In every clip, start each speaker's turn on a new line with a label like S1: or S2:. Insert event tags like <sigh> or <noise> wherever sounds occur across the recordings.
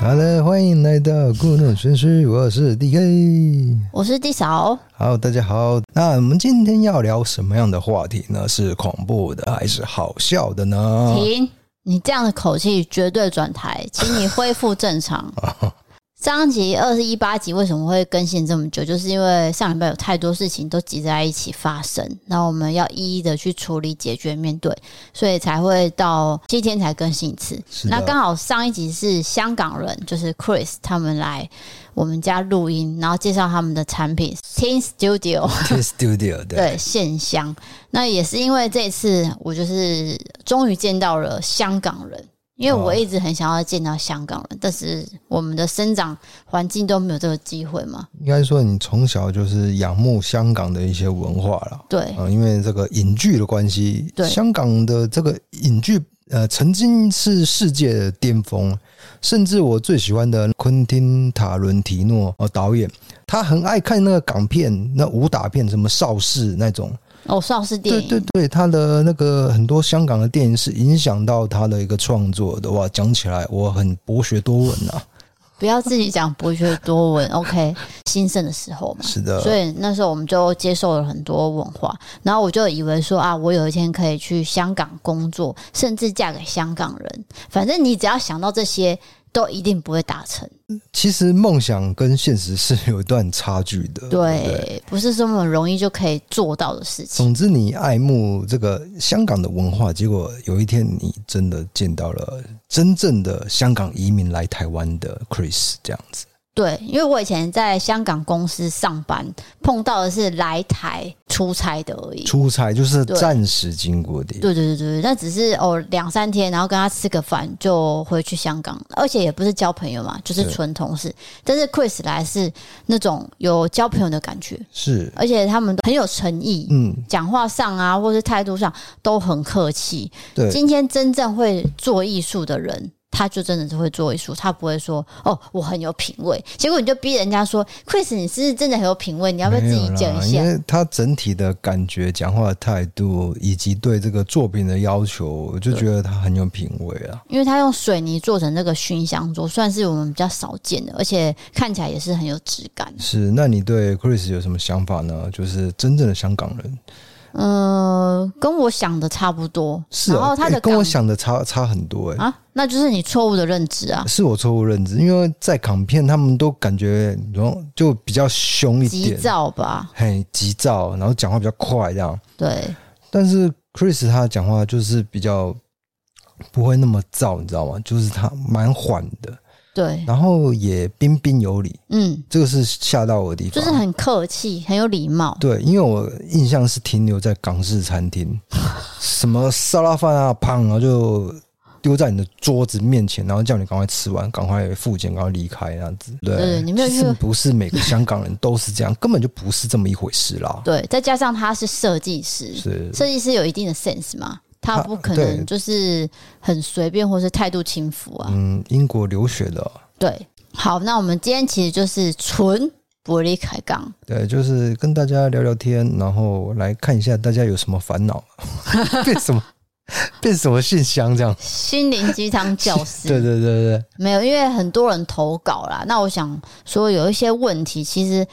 S1: 好了，欢迎来到故弄玄虚，我是 DK。
S2: 我是地嫂，
S1: 好，大家好。那我们今天要聊什么样的话题呢？是恐怖的还是好笑的呢？
S2: 停！你这样的口气绝对转台，请你恢复
S1: <laughs>
S2: 正常。上集二十一八集为什么会更新这么久？就是因为上礼拜有太多事情都挤在一起发生，那我们要一一的去处理、解决、面对，所以才会到七天才更新一次。
S1: 是的
S2: 那刚好上一集是香港人，就是 Chris 他们来我们家录音，然后介绍他们的产品 Teen Studio。
S1: T Studio 的，
S2: 对线香。那也是因为这次我就是终于见到了香港人，因为
S1: 哦
S2: 我一直很想要见到香港人，但是我们的生长环境都没有这个机会嘛。
S1: 应该说你从小就是仰慕香港的一些文化了。
S2: 对，
S1: 啊、因为这个影剧的关系，
S2: 对
S1: 香港的这个影剧，呃，曾经是世界的巅峰，甚至我最喜欢的昆汀·塔伦提诺呃导演，他很爱看那个港片，那武打片，什么邵氏那种，
S2: 哦，邵氏电
S1: 对
S2: 影，
S1: 对对，他的那个很多香港的电影是影响到他的一个创作的，哇，讲起来我很博学多闻
S2: <laughs>
S1: 啊，
S2: 不要自己讲博学多闻
S1: <laughs>
S2: ，OK，兴盛的时候嘛。
S1: 是的，
S2: 所以那时候我们就接受了很多文化，然后我就以为说啊，我有一天可以去香港工作，甚至嫁给香港人。反正你只要想到这些，都一定不会达成。
S1: 其实梦想跟现实是有一段差距的，不
S2: 对，不是这么容易就可以做到的事情。
S1: 总之，你爱慕这个香港的文化，结果有一天你真的见到了真正的香港移民来台湾的 Chris 这样子。
S2: 对，因为我以前在香港公司上班，碰到的是来台出差的而已。
S1: 出差就是
S2: 对
S1: 暂时经过的，
S2: 对对对对，那只是哦两三天，然后跟他吃个饭就回去香港，而且也不是交朋友嘛，就是
S1: 对
S2: 纯同事。但是 Chris 来是那种有交朋友的感觉，
S1: 是，
S2: 而且他们都很有诚意，
S1: 嗯，
S2: 讲话上啊，或是态度上都很客气。
S1: 对，
S2: 今天真正会做艺术的人，他就真的是会做艺术，他不会说哦，我很有品味。结果你就逼人家说，Chris，你是不是真的很有品味，你要不要自己讲一
S1: 没有啦
S2: 下？
S1: 因为他整体的感觉、讲话的态度以及对这个作品的要求，我就觉得他很有品味啊。
S2: 因为他用水泥做成那个熏香桌，算是我们比较少见的，而且看起来也是很有质感。
S1: 是，那你对 Chris 有什么想法呢？就是真正的香港人，
S2: 嗯、跟我想的差不多。
S1: 是、啊，
S2: 然后他的
S1: 欸跟我
S2: 感
S1: 想的差差很多、欸，
S2: 啊，那就是你错误的认知啊，
S1: 是我错误认知，因为在港片他们都感觉然后就比较凶一
S2: 急
S1: 点，
S2: 躁吧？
S1: 很急躁，然后讲话比较快这样。
S2: 对，
S1: 但是 Chris 他讲话就是比较不会那么躁，你知道吗？就是他蛮缓的，
S2: 对，
S1: 然后也彬彬有礼，
S2: 嗯，
S1: 这个是吓到我的地
S2: 就
S1: 方。
S2: 是很客气，很有礼貌。
S1: 对，因为我印象是停留在港式餐
S2: <laughs>
S1: 厅，什么沙拉饭啊，胖，然后就丢在你的桌子面前，然后叫你赶快吃完，赶快付钱，赶快离开，这样子。对，
S2: 对你没有
S1: 其
S2: 遇
S1: 实
S2: 过
S1: 不是每个香港人都是这样，根 <laughs> 本就不是这么一回事啦。
S2: 对，再加上他是设计师，
S1: 是，
S2: 设计师有一定的 sense 嘛，他
S1: 他
S2: 不可
S1: 对
S2: 能就是很随便或是态度轻浮啊。
S1: 嗯，英国留学的哦，
S2: 对，好，那我们今天其实就是纯玻璃开杠，
S1: 对，就是跟大家聊聊天，然后来看一下大家有什么烦
S2: <laughs>
S1: 恼，变什么变什么信箱这样。
S2: 心灵鸡汤教
S1: <laughs>
S2: 室。
S1: 对对对对，
S2: 没有，因为很多人投稿啦。那我想说，有一些问题其实。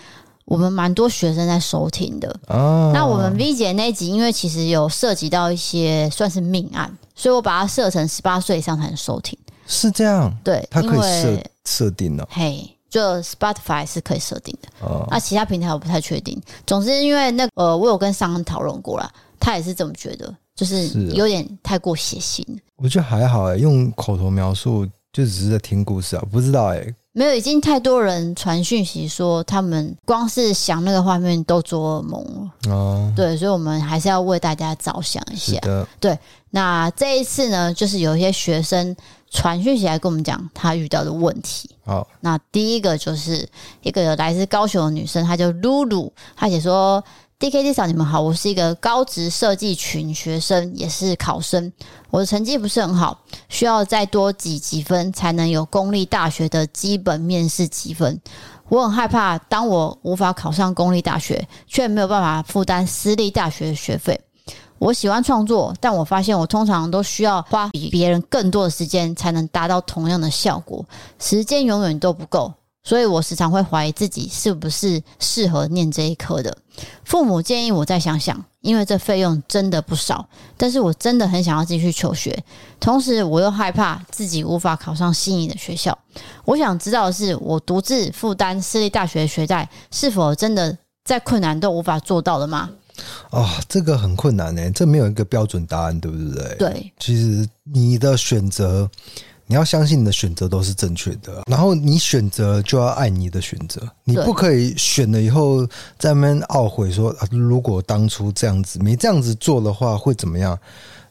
S2: 我们蛮多学生在收听的，
S1: 啊，
S2: 那我们 V 姐那一集，因为其实有涉及到一些算是命案，所以我把它设成十八岁以上才能收听。
S1: 是这样，
S2: 对，
S1: 它可
S2: 因
S1: 以
S2: 为
S1: 设设定哦。
S2: 嘿，就 Spotify 是可以设定的，
S1: 哦
S2: 那、啊其他平台我不太确定。总之，因为那个呃，我有跟商人讨论过啦，他也是这么觉得，就是
S1: 是啊
S2: 有点太过血腥。
S1: 欸我觉得还好哎、用口头描述就只是在听故事啊，不知道哎、
S2: 没有，已经太多人传讯息说他们光是想那个画面都做噩梦了。
S1: 哦，
S2: 对，所以我们还是要为大家着想一
S1: 是
S2: 下。
S1: 的，
S2: 那这一次呢，就是有一些学生传讯息来跟我们讲他遇到的问题。
S1: 好，
S2: 那第一个就是一个来自高雄的女生，她叫露露，她写说：“DKD 嫂，你们好，我是一个高职设计群学生，也是考生，我的成绩不是很好，需要再多几几分才能有公立大学的基本面试积分。我很害怕，当我无法考上公立大学，却没有办法负担私立大学的学费。”我喜欢创作，但我发现我通常都需要花比别人更多的时间才能达到同样的效果。时间永远都不够，所以我时常会怀疑自己是不是适合念这一科的。父母建议我再想想，因为这费用真的不少，但是我真的很想要继续求学，同时我又害怕自己无法考上心仪的学校。我想知道的是，我独自负担私立大学的学贷，是否真的在困难都无法做到了吗？
S1: 啊、这个很困难呢、欸这没有一个标准答案，对不对？
S2: 对，
S1: 其实你的选择，你要相信你的选择都是正确的，然后你选择就要爱你的选择，你
S2: 对
S1: 不可以选了以后在那边懊悔说、啊，如果当初这样子没这样子做的话会怎么样？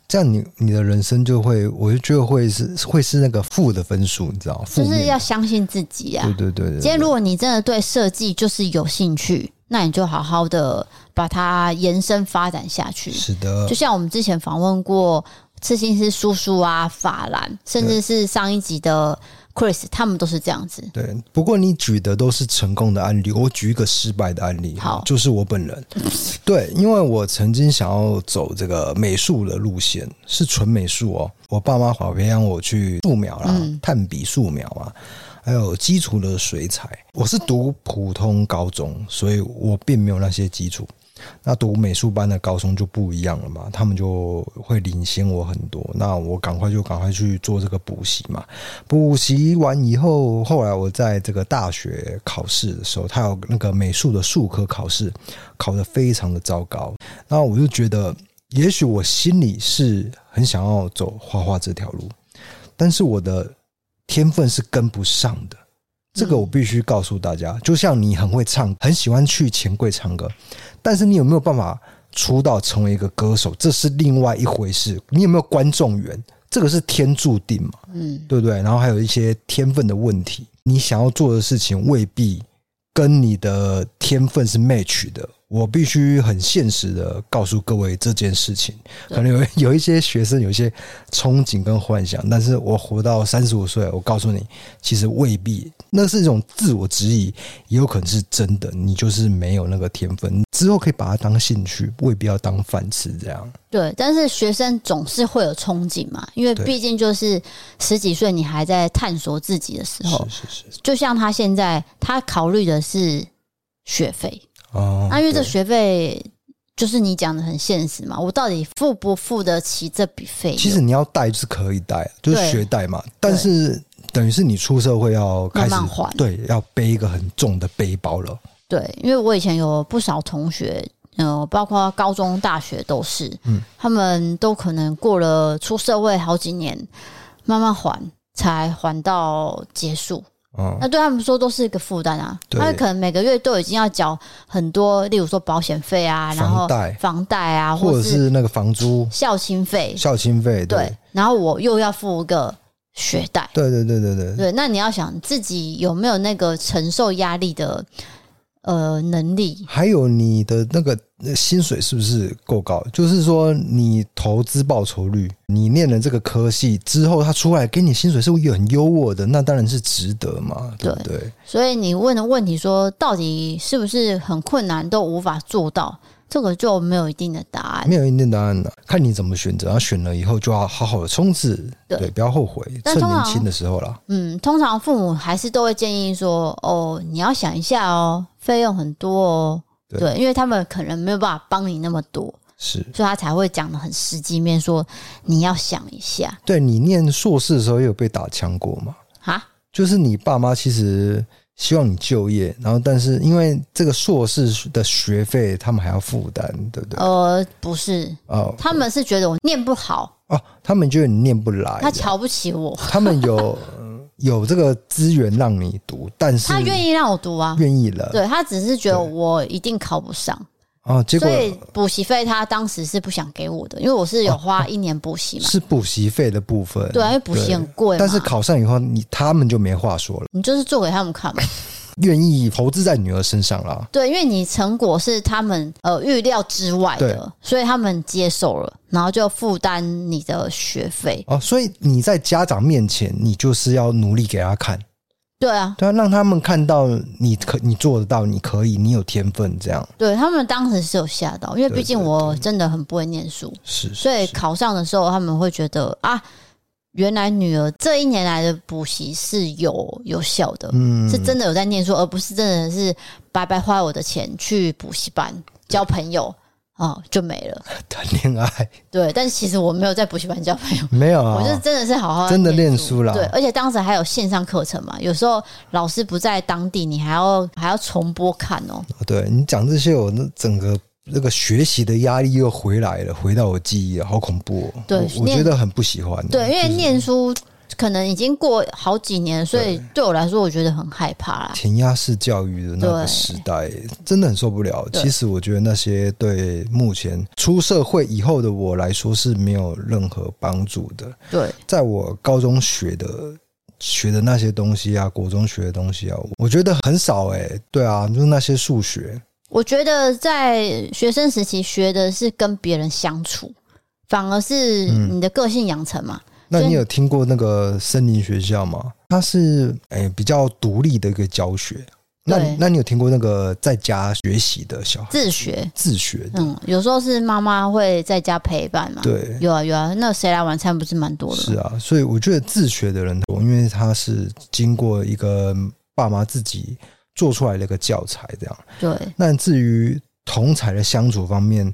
S1: 这样你你的人生就会，我就觉得会是会是那个负的分数，你知道吗？
S2: 就
S1: 负
S2: 是
S1: 面
S2: 要相信自己啊。
S1: 对对对对对，
S2: 今天如果你真的对设计就是有兴趣，那你就好好的把它延伸发展下去。
S1: 是的
S2: 就，像我们之前访问过刺青师叔叔啊、法兰，甚至是上一集的 Chris，他们都是这样子。
S1: 对，不过你举的都是成功的案例，我举一个失败的案例，
S2: 好
S1: 就是我本人。对，因为我曾经想要走这个美术的路线，是纯美术哦。我爸妈好培养我去素描啦、炭笔素描啊，还有基础的水彩。我是读普通高中，所以我并没有那些基础。那读美术班的高中就不一样了嘛，他们就会领先我很多。那我赶快就赶快去做这个补习嘛。补习完以后，后来我在这个大学考试的时候，他有那个美术的术科考试，考得非常的糟糕。那我就觉得，也许我心里是很想要走画画这条路，但是我的天分是跟不上的。这个我必须告诉大家，就像你很会唱，很喜欢去钱柜唱歌，但是你有没有办法出道成为一个歌手，这是另外一回事。你有没有观众缘，这个是天注定嘛。
S2: 嗯，
S1: 对不对？然后还有一些天分的问题，你想要做的事情未必跟你的天分是 match 的。我必须很现实的告诉各位这件事情，可能有有一些学生有一些憧憬跟幻想，但是我活到三十五岁，我告诉你，其实未必，那是一种自我质疑，也有可能是真的，你就是没有那个天分，之后可以把它当兴趣，未必要当饭吃这样。
S2: 对。但是学生总是会有憧憬嘛，因为
S1: 对
S2: 毕竟就是十几岁，你还在探索自己的时候。
S1: 是是是，
S2: 就像他现在，他考虑的是学费。
S1: 哦，
S2: 那因为这
S1: 对
S2: 学费就是你讲的很现实嘛，我到底付不付得起这笔费用？
S1: 其实你要贷是可以贷，就是
S2: 对
S1: 学贷嘛，但是等于是你出社会要开始
S2: 慢慢还
S1: 对，要背一个很重的背包了。
S2: 对，因为我以前有不少同学，呃，包括高中、大学都是，
S1: 嗯
S2: 他们都可能过了出社会好几年，慢慢还才还到结束。
S1: 嗯，
S2: 那对他们说都是一个负担啊，
S1: 对
S2: 他可能每个月都已经要缴很多，例如说保险费啊，然后
S1: 房贷
S2: 房贷啊，
S1: 或
S2: 或
S1: 者是那个房租、
S2: 孝亲费，
S1: 校庆费，
S2: 对
S1: 对，，
S2: 然后我又要付一个学贷。
S1: 对对对对对，
S2: 对，那你要想自己有没有那个承受压力的呃能力？
S1: 还有你的那个呃薪水是不是够高？就是说你投资报酬率，你念了这个科系之后，他出来给你薪水是很优渥的，那当然是值得嘛，对不对？
S2: 所以你问的问题说，到底是不是很困难都无法做到？这个就没有一定的答案。
S1: 没有一定答案的、啊看你怎么选择。然后选了以后就要好好的冲刺，
S2: 对
S1: 对，不要后悔，
S2: 但
S1: 趁
S2: 通常
S1: 年轻的时候啦。
S2: 嗯，通常父母还是都会建议说，哦，你要想一下哦，费用很多哦，
S1: 对
S2: 对，因为他们可能没有办法帮你那么多，
S1: 是
S2: 所以他才会讲的很实际面说，你要想一下
S1: 对你念硕士的时候也有被打枪过嘛？
S2: 啊，
S1: 就是你爸妈其实希望你就业，然后但是因为这个硕士的学费他们还要负担，对不对？
S2: 呃，不是，
S1: 哦
S2: 他们是觉得我念不好，
S1: 哦，他们觉得你念不来，
S2: 他瞧不起我。
S1: 他们有。嗯有这个资源让你读，但是
S2: 他愿意让我读啊，
S1: 愿意了，
S2: 对他只是觉得
S1: 对
S2: 我一定考不上，
S1: 啊，结果
S2: 所以补习费他当时是不想给我的，因为我是有花一年补习嘛，
S1: 哦是补习费的部分，
S2: 对啊，因为补习很贵嘛，
S1: 但是考上以后，你他们就没话说了，
S2: 你就是做给他们看嘛，
S1: 愿意投资在女儿身上啦。
S2: 对，因为你成果是他们呃预料之外
S1: 对
S2: 的，所以他们接受了，然后就负担你的学费，
S1: 哦，所以你在家长面前，你就是要努力给他看，
S2: 对啊，
S1: 对啊，让他们看到你可你做得到，你可以，你有天分，这样
S2: 对他们当时是有吓到，因为
S1: 对
S2: 毕竟
S1: 对
S2: 我真的很不会念书，
S1: 是，
S2: 所以
S1: 是
S2: 考上的时候他们会觉得啊，原来女儿这一年来的补习是有有效的，
S1: 嗯
S2: 是真的有在念书，而不是真的是白白花我的钱去补习班交朋友
S1: 嗯
S2: 啊、就没了。
S1: 谈恋爱
S2: 对，但是其实我没有在补习班交
S1: <laughs>
S2: 朋友。
S1: 没有啊？
S2: 我就是真的是好好
S1: 真的
S2: 念
S1: 念书啦
S2: 对，而且当时还有线上课程嘛，有时候老师不在当地，你还要还要重播看哦、
S1: 对你讲这些，我那整个那个学习的压力又回来了，回到我记忆了，好恐怖、哦。
S2: 对
S1: 我我
S2: 念
S1: 觉得很不喜欢。
S2: 对，因为念书可能已经过好几年，所以对我来说，我觉得很害怕啦。
S1: 填鸭式教育的那个
S2: 对
S1: 时代，真的很受不了。
S2: 对
S1: 其实我觉得那些对目前出社会以后的我来说是没有任何帮助的。
S2: 对，
S1: 在我高中学的学的那些东西啊，国中学的东西啊，我觉得很少哎、对啊，就是那些数学，
S2: 我觉得在学生时期学的是跟别人相处，反而是
S1: 嗯
S2: 你的个性养成嘛。
S1: 那
S2: 所
S1: 你
S2: 以
S1: 有听过那个森林学校吗？它是诶、比较独立的一个教学。那
S2: 对
S1: 那你有听过那个在家学习的小孩
S2: 自学。
S1: 自学的？
S2: 嗯，有时候是妈妈会在家陪伴嘛。
S1: 对，
S2: 有啊有啊，那谁来晚餐不是蛮多的？
S1: 是啊，所以我觉得自学的人，因为他是经过一个爸妈自己做出来的一个教材这样。
S2: 对
S1: 那至于同才的相处方面，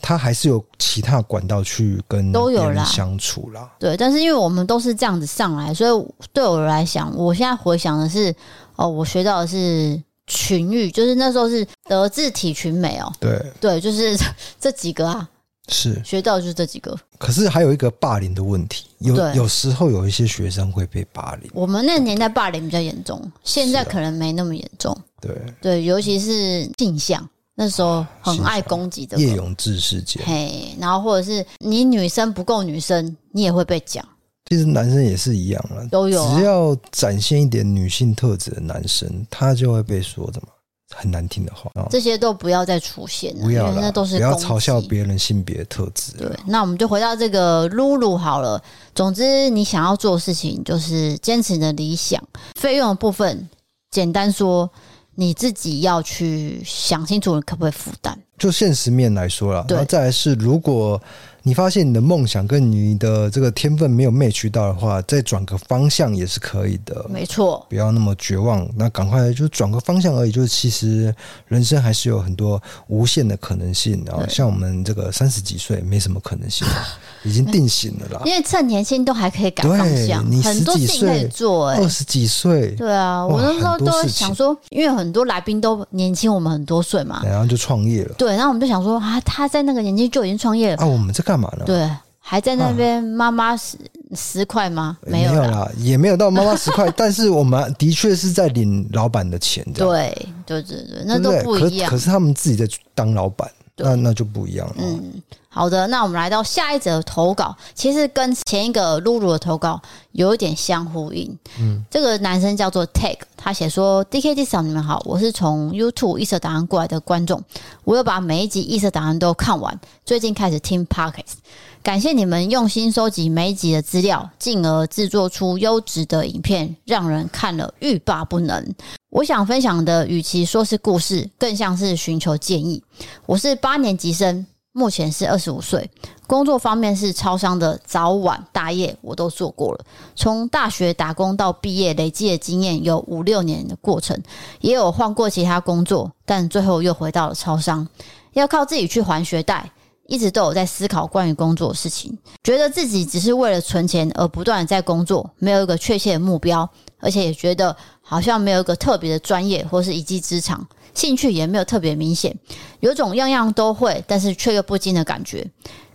S1: 他还是有其他管道去跟
S2: 都有
S1: 别人
S2: 啦
S1: 相处啦。
S2: 对，但是因为我们都是这样子上来，所以对我来讲，我现在回想的是，哦，我学到的是群育，就是那时候是德智体群美哦，
S1: 对，
S2: 对，就是 <laughs> 这几个啊，
S1: 是。
S2: 学到的就是这几个。
S1: 可是还有一个霸凌的问题，有
S2: 对
S1: 有时候有一些学生会被霸凌。
S2: 我们那个年代霸凌比较严重，现在
S1: 是啊
S2: 可能没那么严重。
S1: 对，
S2: 对，尤其是性向，那时候很爱攻击这
S1: 叶
S2: 个。
S1: 永志事件，
S2: 嘿，然后或者是你女生不够女生，你也会被讲。
S1: 其实男生也是一样啊，
S2: 都有啊
S1: 只要展现一点女性特质的男生，他就会被说的嘛，很难听的话。啊
S2: 这些都不要再出现了，
S1: 不要
S2: 因为
S1: 啦，
S2: 那都是
S1: 不要
S2: 攻击
S1: 嘲笑别人性别特质。啊
S2: 对，那我们就回到这个露露好了。总之，你想要做的事情就是坚持你的理想。费用的部分，简单说，你自己要去想清楚，你可不可以负担？
S1: 就现实面来说啦，
S2: 对
S1: 然后再来是，如果你发现你的梦想跟你的这个天分没有 match 到的话，再转个方向也是可以的，
S2: 没错，
S1: 不要那么绝望。那赶快就转个方向而已，就是其实人生还是有很多无限的可能性。然后
S2: 对
S1: 像我们这个三十几岁，没什么可能性，啊
S2: <laughs>
S1: 已经定型了啦。
S2: 因为趁年轻都还可以改
S1: 对
S2: 方向
S1: 你，
S2: 很多
S1: 十几
S2: 事情可以
S1: 岁
S2: 做、欸。
S1: 二十几岁，
S2: 对啊，
S1: 哇
S2: 我那时候
S1: 很多
S2: 都会
S1: 事情
S2: 想说，因为很多来宾都年轻我们很多岁嘛，
S1: 然后就创业了
S2: 对，然后我们就想说啊，他在那个年纪就已经创业了，
S1: 啊！我们在干嘛呢？
S2: 对，还在那边妈妈十十块吗？没有
S1: 有
S2: 啦，
S1: 啦，也没有到妈妈十
S2: <laughs>
S1: 块，但是我们的确是在领老板的钱，这样
S2: 对，对对对，那都
S1: 对
S2: 不
S1: 对
S2: 一样
S1: 可。可。是他们自己在当老板，
S2: 对
S1: 那那就不一样了。
S2: 嗯，好的，那我们来到下一则投稿，其实跟前一个露露的投稿有一点相呼应。嗯，这个男生叫做 Tag，他写说：“D K D 嫂，你们好，我是从 YouTube 一色答案过来的观众，我有把每一集一色答案都看完，最近开始听 Pockets，感谢你们用心收集每一集的资料，进而制作出优质的影片，让人看了欲罢不能。”我想分享的，与其说是故事，更像是寻求建议。我是八年级生，目前是二十五岁，工作方面是超商的早晚大夜我都做过了。从大学打工到毕业，累积的经验有五六年的过程，也有换过其他工作，但最后又回到了超商，要靠自己去还学贷。一直都有在思考关于工作的事情，觉得自己只是为了存钱而不断的在工作，没有一个确切的目标，而且也觉得好像没有一个特别的专业或是一技之长，兴趣也没有特别明显。有种样样都会，但是却又不精的感觉，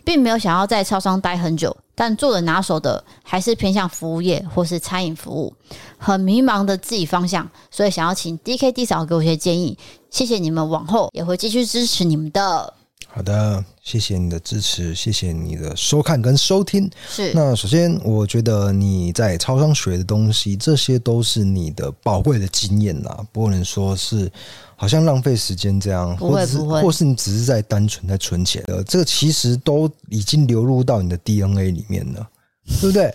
S2: 并没有想要在超商待很久，但做的拿手的还是偏向服务业或是餐饮服务，很迷茫的自己方向，所以想要请 D K D 嫂给我一些建议。谢谢你们，往后也会继续支持你们的。
S1: 好的，谢谢你的支持，谢谢你的收看跟收听。
S2: 是，
S1: 那首先，我觉得你在超商学的东西，这些都是你的宝贵的经验啦，不能说是好像浪费时间这样，
S2: 不会
S1: 或者是
S2: 不会
S1: 或是你只是在单纯在存钱呃，这个其实都已经流入到你的 DNA 里面了，对不对？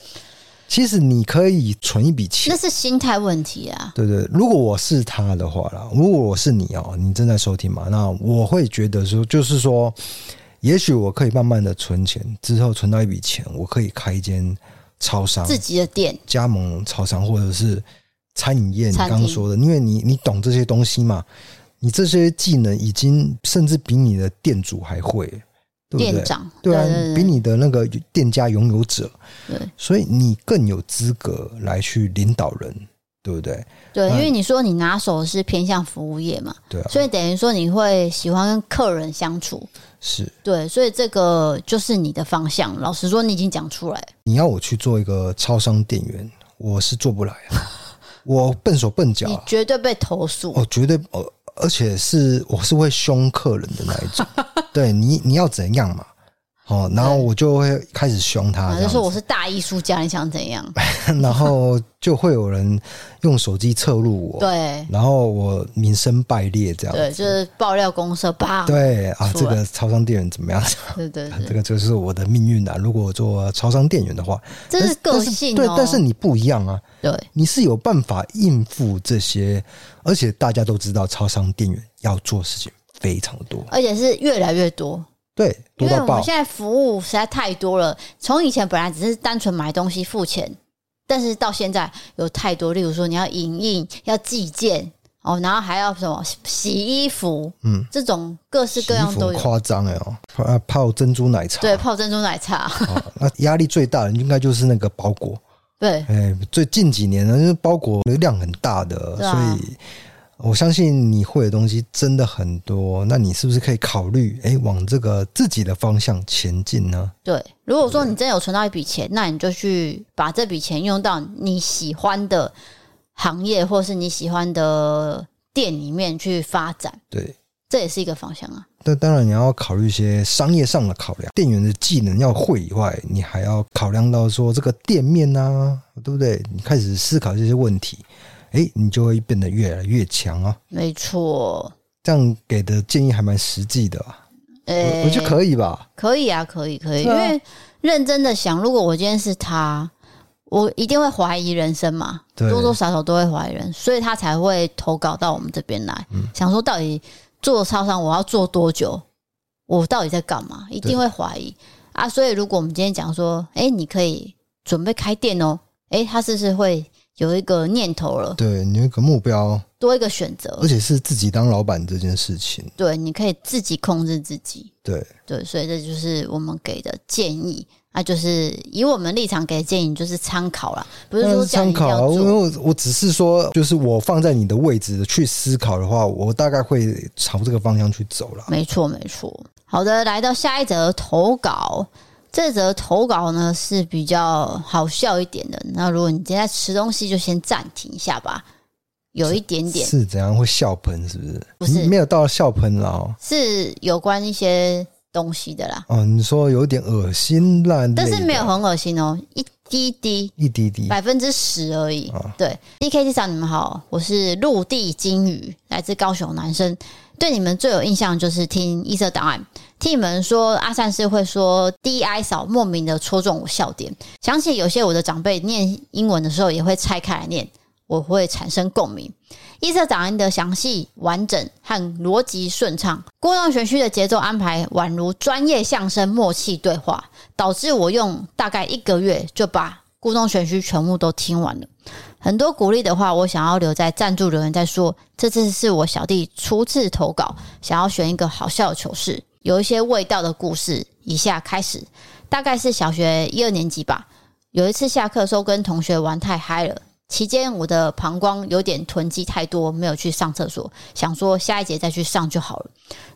S1: 其实你可以存一笔钱
S2: 那，是心态问题啊。
S1: 对对，如果我是他的话啦，如果我是你哦、你正在收听嘛，那我会觉得说，就是说，也许我可以慢慢的存钱，之后存到一笔钱，我可以开一间超商，
S2: 自己的店
S1: 加盟超商或者是餐饮业。你
S2: 餐
S1: 刚
S2: 厅
S1: 刚说的，因为你你懂这些东西嘛，你这些技能已经甚至比你的店主还会，对不对？
S2: 店长，
S1: 对啊，
S2: 对
S1: 比你的那个店家拥有者，
S2: 对
S1: 所以你更有资格来去领导人，对不对？
S2: 对，
S1: 嗯
S2: 因为你说你拿手是偏向服务业嘛，
S1: 对啊，
S2: 所以等于说你会喜欢跟客人相处，
S1: 是。
S2: 对，所以这个就是你的方向。老实说，你已经讲出来了，
S1: 你要我去做一个超商店员，我是做不来
S2: <laughs>
S1: 啊，我笨手笨脚
S2: 你
S1: 啊，
S2: 绝对被投诉。
S1: 我绝对呃，而且是我是会凶客人的那一
S2: <laughs>
S1: 种。对你，你要怎样嘛？哦，然后
S2: 对
S1: 我就会开始凶他
S2: 啊，
S1: 这
S2: 就
S1: 样
S2: 说我
S1: 子，哎
S2: 是大艺术家，你想怎样？
S1: <laughs> 然后就会有人用手机侧录我，
S2: 对
S1: 然后我名声败裂这样
S2: 对，
S1: 子。
S2: 就是爆料公社吧。
S1: 对啊，
S2: 出
S1: 这
S2: 来
S1: 个超商店员怎么样？
S2: 对对
S1: <laughs> 这
S2: 对，
S1: 个就是我的命运啊！如果我做超商店员的话，
S2: 这
S1: 但
S2: 是个
S1: 但是
S2: 性
S1: 对
S2: 哦，
S1: 但是你不一样啊，
S2: 对
S1: 你是有办法应付这些，而且大家都知道，超商店员要做事情非常多，
S2: 而且是越来越多，
S1: 对，
S2: 因
S1: 多
S2: 为我
S1: 到
S2: 们
S1: 爆，
S2: 现在服务实在太多了，从以前本来只是单纯买东西付钱，但是到现在有太多，例如说你要影印、要寄件哦，然后还要什么洗衣服，
S1: 嗯，
S2: 这种各式各
S1: 洗衣
S2: 样
S1: 服
S2: 都有。
S1: 夸张哎哦，泡泡珍珠奶茶，
S2: 对，泡珍珠奶茶，
S1: 哦那压力最大的应该就是那个包裹，
S2: 对
S1: 哎、最近几年呢，因为包裹的量很大的，
S2: 对啊
S1: 所以我相信你会的东西真的很多，那你是不是可以考虑哎、往这个自己的方向前进呢？
S2: 对。如果说你真的有存到一笔钱，那你就去把这笔钱用到你喜欢的行业或是你喜欢的店里面去发展，
S1: 对，
S2: 这也是一个方向啊。
S1: 那当然你要考虑一些商业上的考量，店员的技能要会以外，你还要考量到说这个店面啊，对不对？你开始思考这些问题，诶，你就会变得越来越强啊。
S2: 没错，
S1: 这样给的建议还蛮实际的吧？
S2: 呃、
S1: 我我觉得可以吧？
S2: 可以啊，可以，可以，
S1: 对啊
S2: 因为认真的想，如果我今天是他，我一定会怀疑人生嘛，
S1: 对
S2: 多多少少都会怀疑人，所以他才会投稿到我们这边来，
S1: 嗯
S2: 想说到底做超商我要做多久，我到底在干嘛，一定会怀疑啊。所以如果我们今天讲说，哎、你可以准备开店哦，哎、他是不是会有一个念头了，
S1: 对你有一个目标，
S2: 多一个选择
S1: 而，且是自己当老板这件事情，
S2: 对，你可以自己控制自己。
S1: 对
S2: 对，所以这就是我们给的建议啊，就是以我们立场给的建议就是参考啦，不是
S1: 当然
S2: 说
S1: 是
S2: 讲
S1: 参
S2: 一定
S1: 考啊。
S2: 要
S1: 因
S2: 做。
S1: 为我只是说，就是我放在你的位置去思考的话，我大概会朝这个方向去走了。
S2: 没错，没错。好的，来到下一则投稿，这则投稿呢是比较好笑一点的。那如果你今天在吃东西，就先暂停一下吧，有一点点
S1: 是怎样会笑喷？是不是？
S2: 不是
S1: 没有到笑喷了哦。
S2: 是有关一些东西的啦，
S1: 哦，你说有点恶心烂，
S2: 但是没有很恶心哦，一滴滴。
S1: 一滴滴。
S2: 百分之十而已。
S1: 啊
S2: 对，D K T 长你们好，我是陆地金鱼，来自高雄男生。对你们最有印象就是听异色档案，听你们说阿善是会说 D I 嫂莫名的戳中我笑点，想起有些我的长辈念英文的时候也会拆开来念，我会产生共鸣。异色档案的详细、完整和逻辑顺畅，郭栋玄虚的节奏安排宛如专业相声默契对话，导致我用大概一个月就把故弄玄虚全部都听完了。很多鼓励的话，我想要留在赞助留言再说。这次是我小弟初次投稿，想要选一个好笑的糗事，有一些味道的故事。以下开始，大概是小学一二年级吧。有一次下课的时候跟同学玩太嗨了，期间我的膀胱有点囤积太多，没有去上厕所，想说下一节再去上就好了。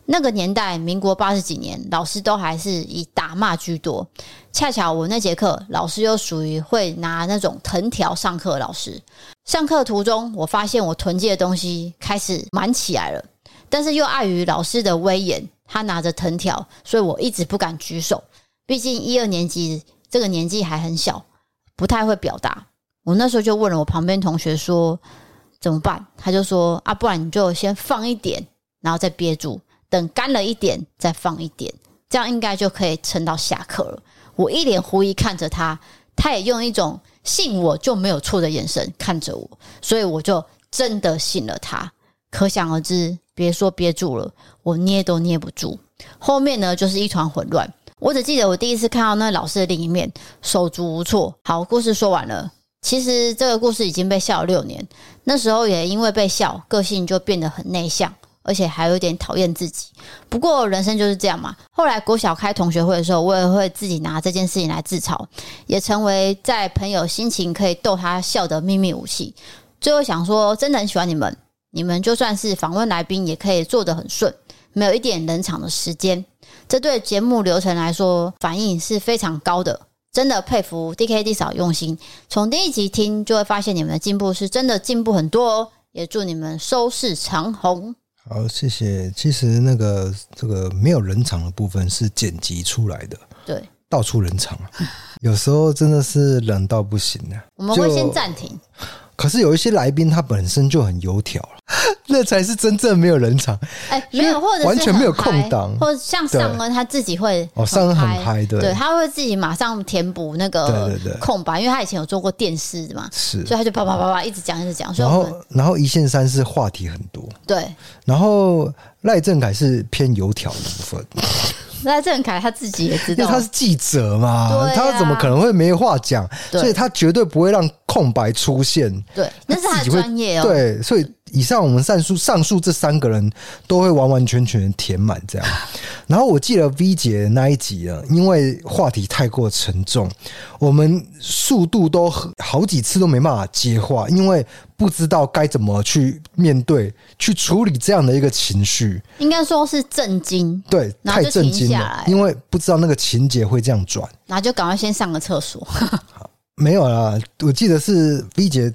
S2: 那个年代，民国八十几年，老师都还是以打骂居多。恰巧我那节课，老师又属于会拿那种藤条上课的老师。上课途中，我发现我囤积的东西开始满起来了，但是又碍于老师的威严，他拿着藤条，所以我一直不敢举手。毕竟一二年级这个年纪还很小，不太会表达。我那时候就问了我旁边同学说怎么办，他就说啊，不然你就先放一点，然后再憋住，等干了一点再放一点，这样应该就可以撑到下课了。我一脸狐疑看着他，他也用一种信我就没有错的眼神看着我，所以我就真的信了他。可想而知，别说憋住了，我捏都捏不住。后面呢，就是一团混乱。我只记得我第一次看到那老师的另一面，手足无措。好，故事说完了。其实这个故事已经被笑了六年，那时候也因为被笑，个性就变得很内向，而且还有点讨厌自己。不过人生就是这样嘛。后来国小开同学会的时候，我也会自己拿这件事情来自嘲，也成为在朋友心情可以逗他笑的秘密武器。最后想说，真的很喜欢你们，你们就算是访问来宾，也可以做得很顺，没有一点冷场的时间。这对节目流程来说，反应是非常高的，真的佩服 D K D 嫂用心。从第一集听就会发现你们的进步是真的进步很多哦，也祝你们收视长虹。
S1: 好，谢谢。其实那个这个没有人场的部分是剪辑出来的，
S2: 对，
S1: 到处人
S2: <laughs>
S1: 场啊，有时候真的是冷到不行啊。
S2: 我们会
S1: 就
S2: 先暂停，
S1: 可是有一些来宾他本身就很油条了， <laughs> 那才是真正没有人场。
S2: 哎、没有，或者是
S1: 完全
S2: 很
S1: 没有
S2: 嗨
S1: 空档
S2: 或者像
S1: 对
S2: 尚恩他自己会
S1: 哦尚恩很嗨对
S2: 对，他会自己马上填补那个
S1: 对对对
S2: 空白，因为他以前有做过电视的嘛，
S1: 是
S2: 所以他就啪啪啪啪一直讲一直讲，所以
S1: 然
S2: 我们
S1: 后，然后一线三是话题很多，
S2: 对
S1: 然后赖正凯是偏油条的部分，
S2: 赖正凯他自己也知
S1: 因为
S2: 道，
S1: 他是记者嘛，
S2: 对啊
S1: 他怎么可能会没话讲？
S2: 对
S1: 所以他绝对不会让空白出现。
S2: 对，那是他
S1: 自
S2: 的
S1: 己会
S2: 专业哦，
S1: 对，所以以上我们上述上述这三个人都会完完全全填满这样。
S2: <laughs>
S1: 然后我记得 V 姐那一集啊，因为话题太过沉重，我们速度都很好几次都没办法接话，因为不知道该怎么去面对、去处理这样的一个情绪。
S2: 应该说是震惊，
S1: 对，
S2: 然后
S1: 太
S2: 就
S1: 震
S2: 停
S1: 惊
S2: 下
S1: 了
S2: 来，
S1: 因为不知道那个情节会这样转。
S2: 然后就赶快先上个厕所。
S1: 没有啦，我记得是 V 姐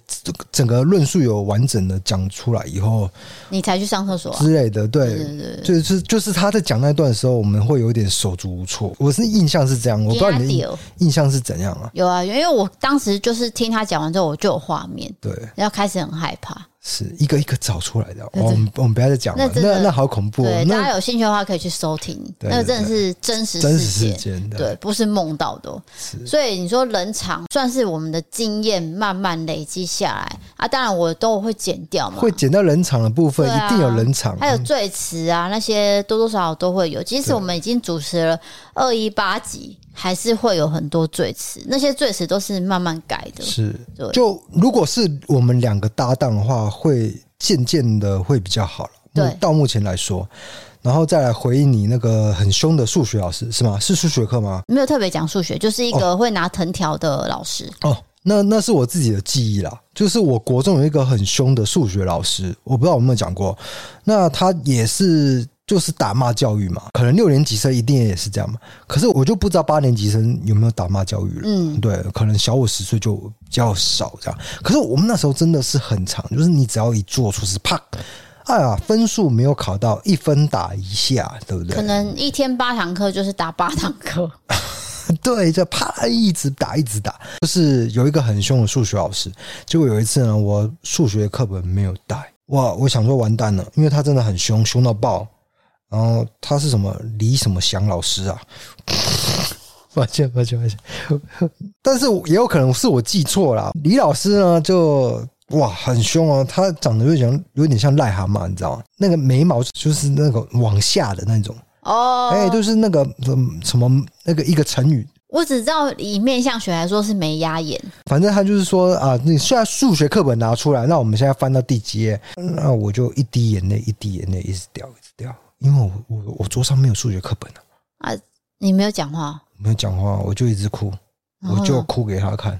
S1: 整个论述有完整的讲出来以后
S2: 你才去上厕所、啊。
S1: 之类的，对，
S2: 对对
S1: 就
S2: 对
S1: 是就是他在讲那段的时候，我们会有点手足无措。我是印象是这样，我不知道你的印
S2: 惊啊
S1: 印象是怎样啊？
S2: 有啊，因为我当时就是听他讲完之后，我就有画面，
S1: 对，
S2: 然后开始很害怕。
S1: 是一个一个找出来的。
S2: 对
S1: 哦我们我们不要再讲了
S2: 那，真的
S1: 那那好恐怖、哦
S2: 对，，大
S1: 那
S2: 家有兴趣的话可以去收听，
S1: 对
S2: 那个
S1: 对
S2: 真的是真实
S1: 真实事
S2: 件，
S1: 件的，
S2: 对，不是梦到的哦。
S1: 是
S2: 所以你说冷场算是我们的经验慢慢累积下来啊，当然我都会剪掉嘛，
S1: 会减到冷场的部分，
S2: 对啊
S1: 一定有冷场。
S2: 还有最迟啊，那些多多少少都会有。即使我们已经主持了二一八集，还是会有很多最迟，那些最迟都是慢慢改的。
S1: 是
S2: 对，
S1: 就如果是我们两个搭档的话，会渐渐的会比较好了。
S2: 对
S1: 目到目前来说，然后再来回应你那个很凶的数学老师是吗？是数学课吗？
S2: 没有特别讲数学，就是一个会拿藤条的老师。
S1: 哦，那那是我自己的记忆啦，就是我国中有一个很凶的数学老师，我不知道我有没有讲过，那他也是。就是打骂教育嘛，可能六年级生一定也是这样嘛。可是我就不知道八年级生有没有打骂教育了。
S2: 嗯，
S1: 对，可能小我十岁就比较少这样。可是我们那时候真的是很长，就是你只要一做出是啪，哎呀，分数没有考到，一分打一下，对不对
S2: 可？能一天八堂课就是打八堂课。
S1: 对，就啪一直打，一直打。就是有一个很凶的数学老师，结果有一次呢，我数学课本没有带，哇，我想说完蛋了，因为他真的很凶，凶到爆。然后他是什么李什么祥老师啊？ <laughs> 抱歉，抱歉，抱歉。但是也有可能是我记错了。李老师呢，就哇很凶哦，他长得有点像有点像癞蛤蟆，你知道吗？那个眉毛就是那个往下的那种，
S2: 哦，
S1: 哎、就是那个嗯什么那个一个成语
S2: 我只知道以面相学来说是没压眼，
S1: 反正他就是说啊，你现在数学课本拿出来，那我们现在翻到第几页？那我就一滴眼泪一滴眼泪一直掉一直掉，因为我我我桌上没有数学课本啊，
S2: 你没有讲话，
S1: 没有讲话，我就一直哭，
S2: 然后
S1: 我
S2: 呢
S1: 就哭给他看。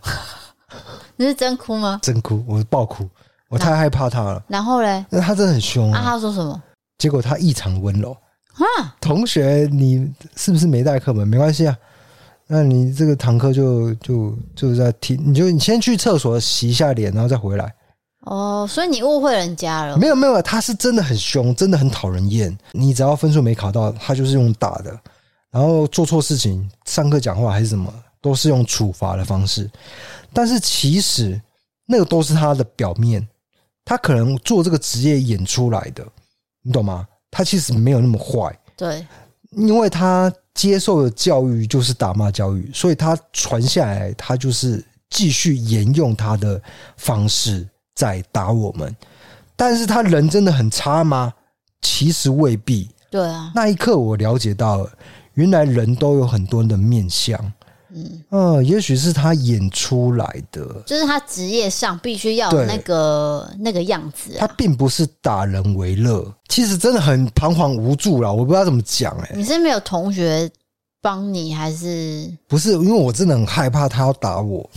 S2: 你是真哭吗？
S1: 真哭，我爆哭，我太害怕他了。
S2: 然后嘞，
S1: 那他真的很凶
S2: 啊，
S1: 啊！
S2: 他说什么？
S1: 结果他异常温柔。
S2: 啊，
S1: 同学，你是不是没带课本？没关系啊，那你这个堂课就就就在听，你就你先去厕所洗一下脸，然后再回来。
S2: 哦，所以你误会人家了
S1: 没有没有，他是真的很凶，真的很讨人厌。你只要分数没考到，他就是用打的，然后做错事情、上课讲话还是什么，都是用处罚的方式。但是其实那个都是他的表面，他可能做这个职业演出来的，你懂吗？他其实没有那么坏，
S2: 对，
S1: 因为他接受的教育就是打骂教育，所以他传下来，他就是继续沿用他的方式在打我们。但是他人真的很差吗？其实未必。
S2: 对啊，
S1: 那一刻我了解到了，原来人都有很多的面相。
S2: 嗯，
S1: 嗯、也许是他演出来的，
S2: 就是他职业上必须要有
S1: 对
S2: 那个那个样子
S1: 他
S2: 啊。
S1: 并不是打人为乐。其实真的很彷徨无助啦，我不知道怎么讲哎、
S2: 你是没有同学帮你，还是
S1: 不是，因为我真的很害怕他要打我，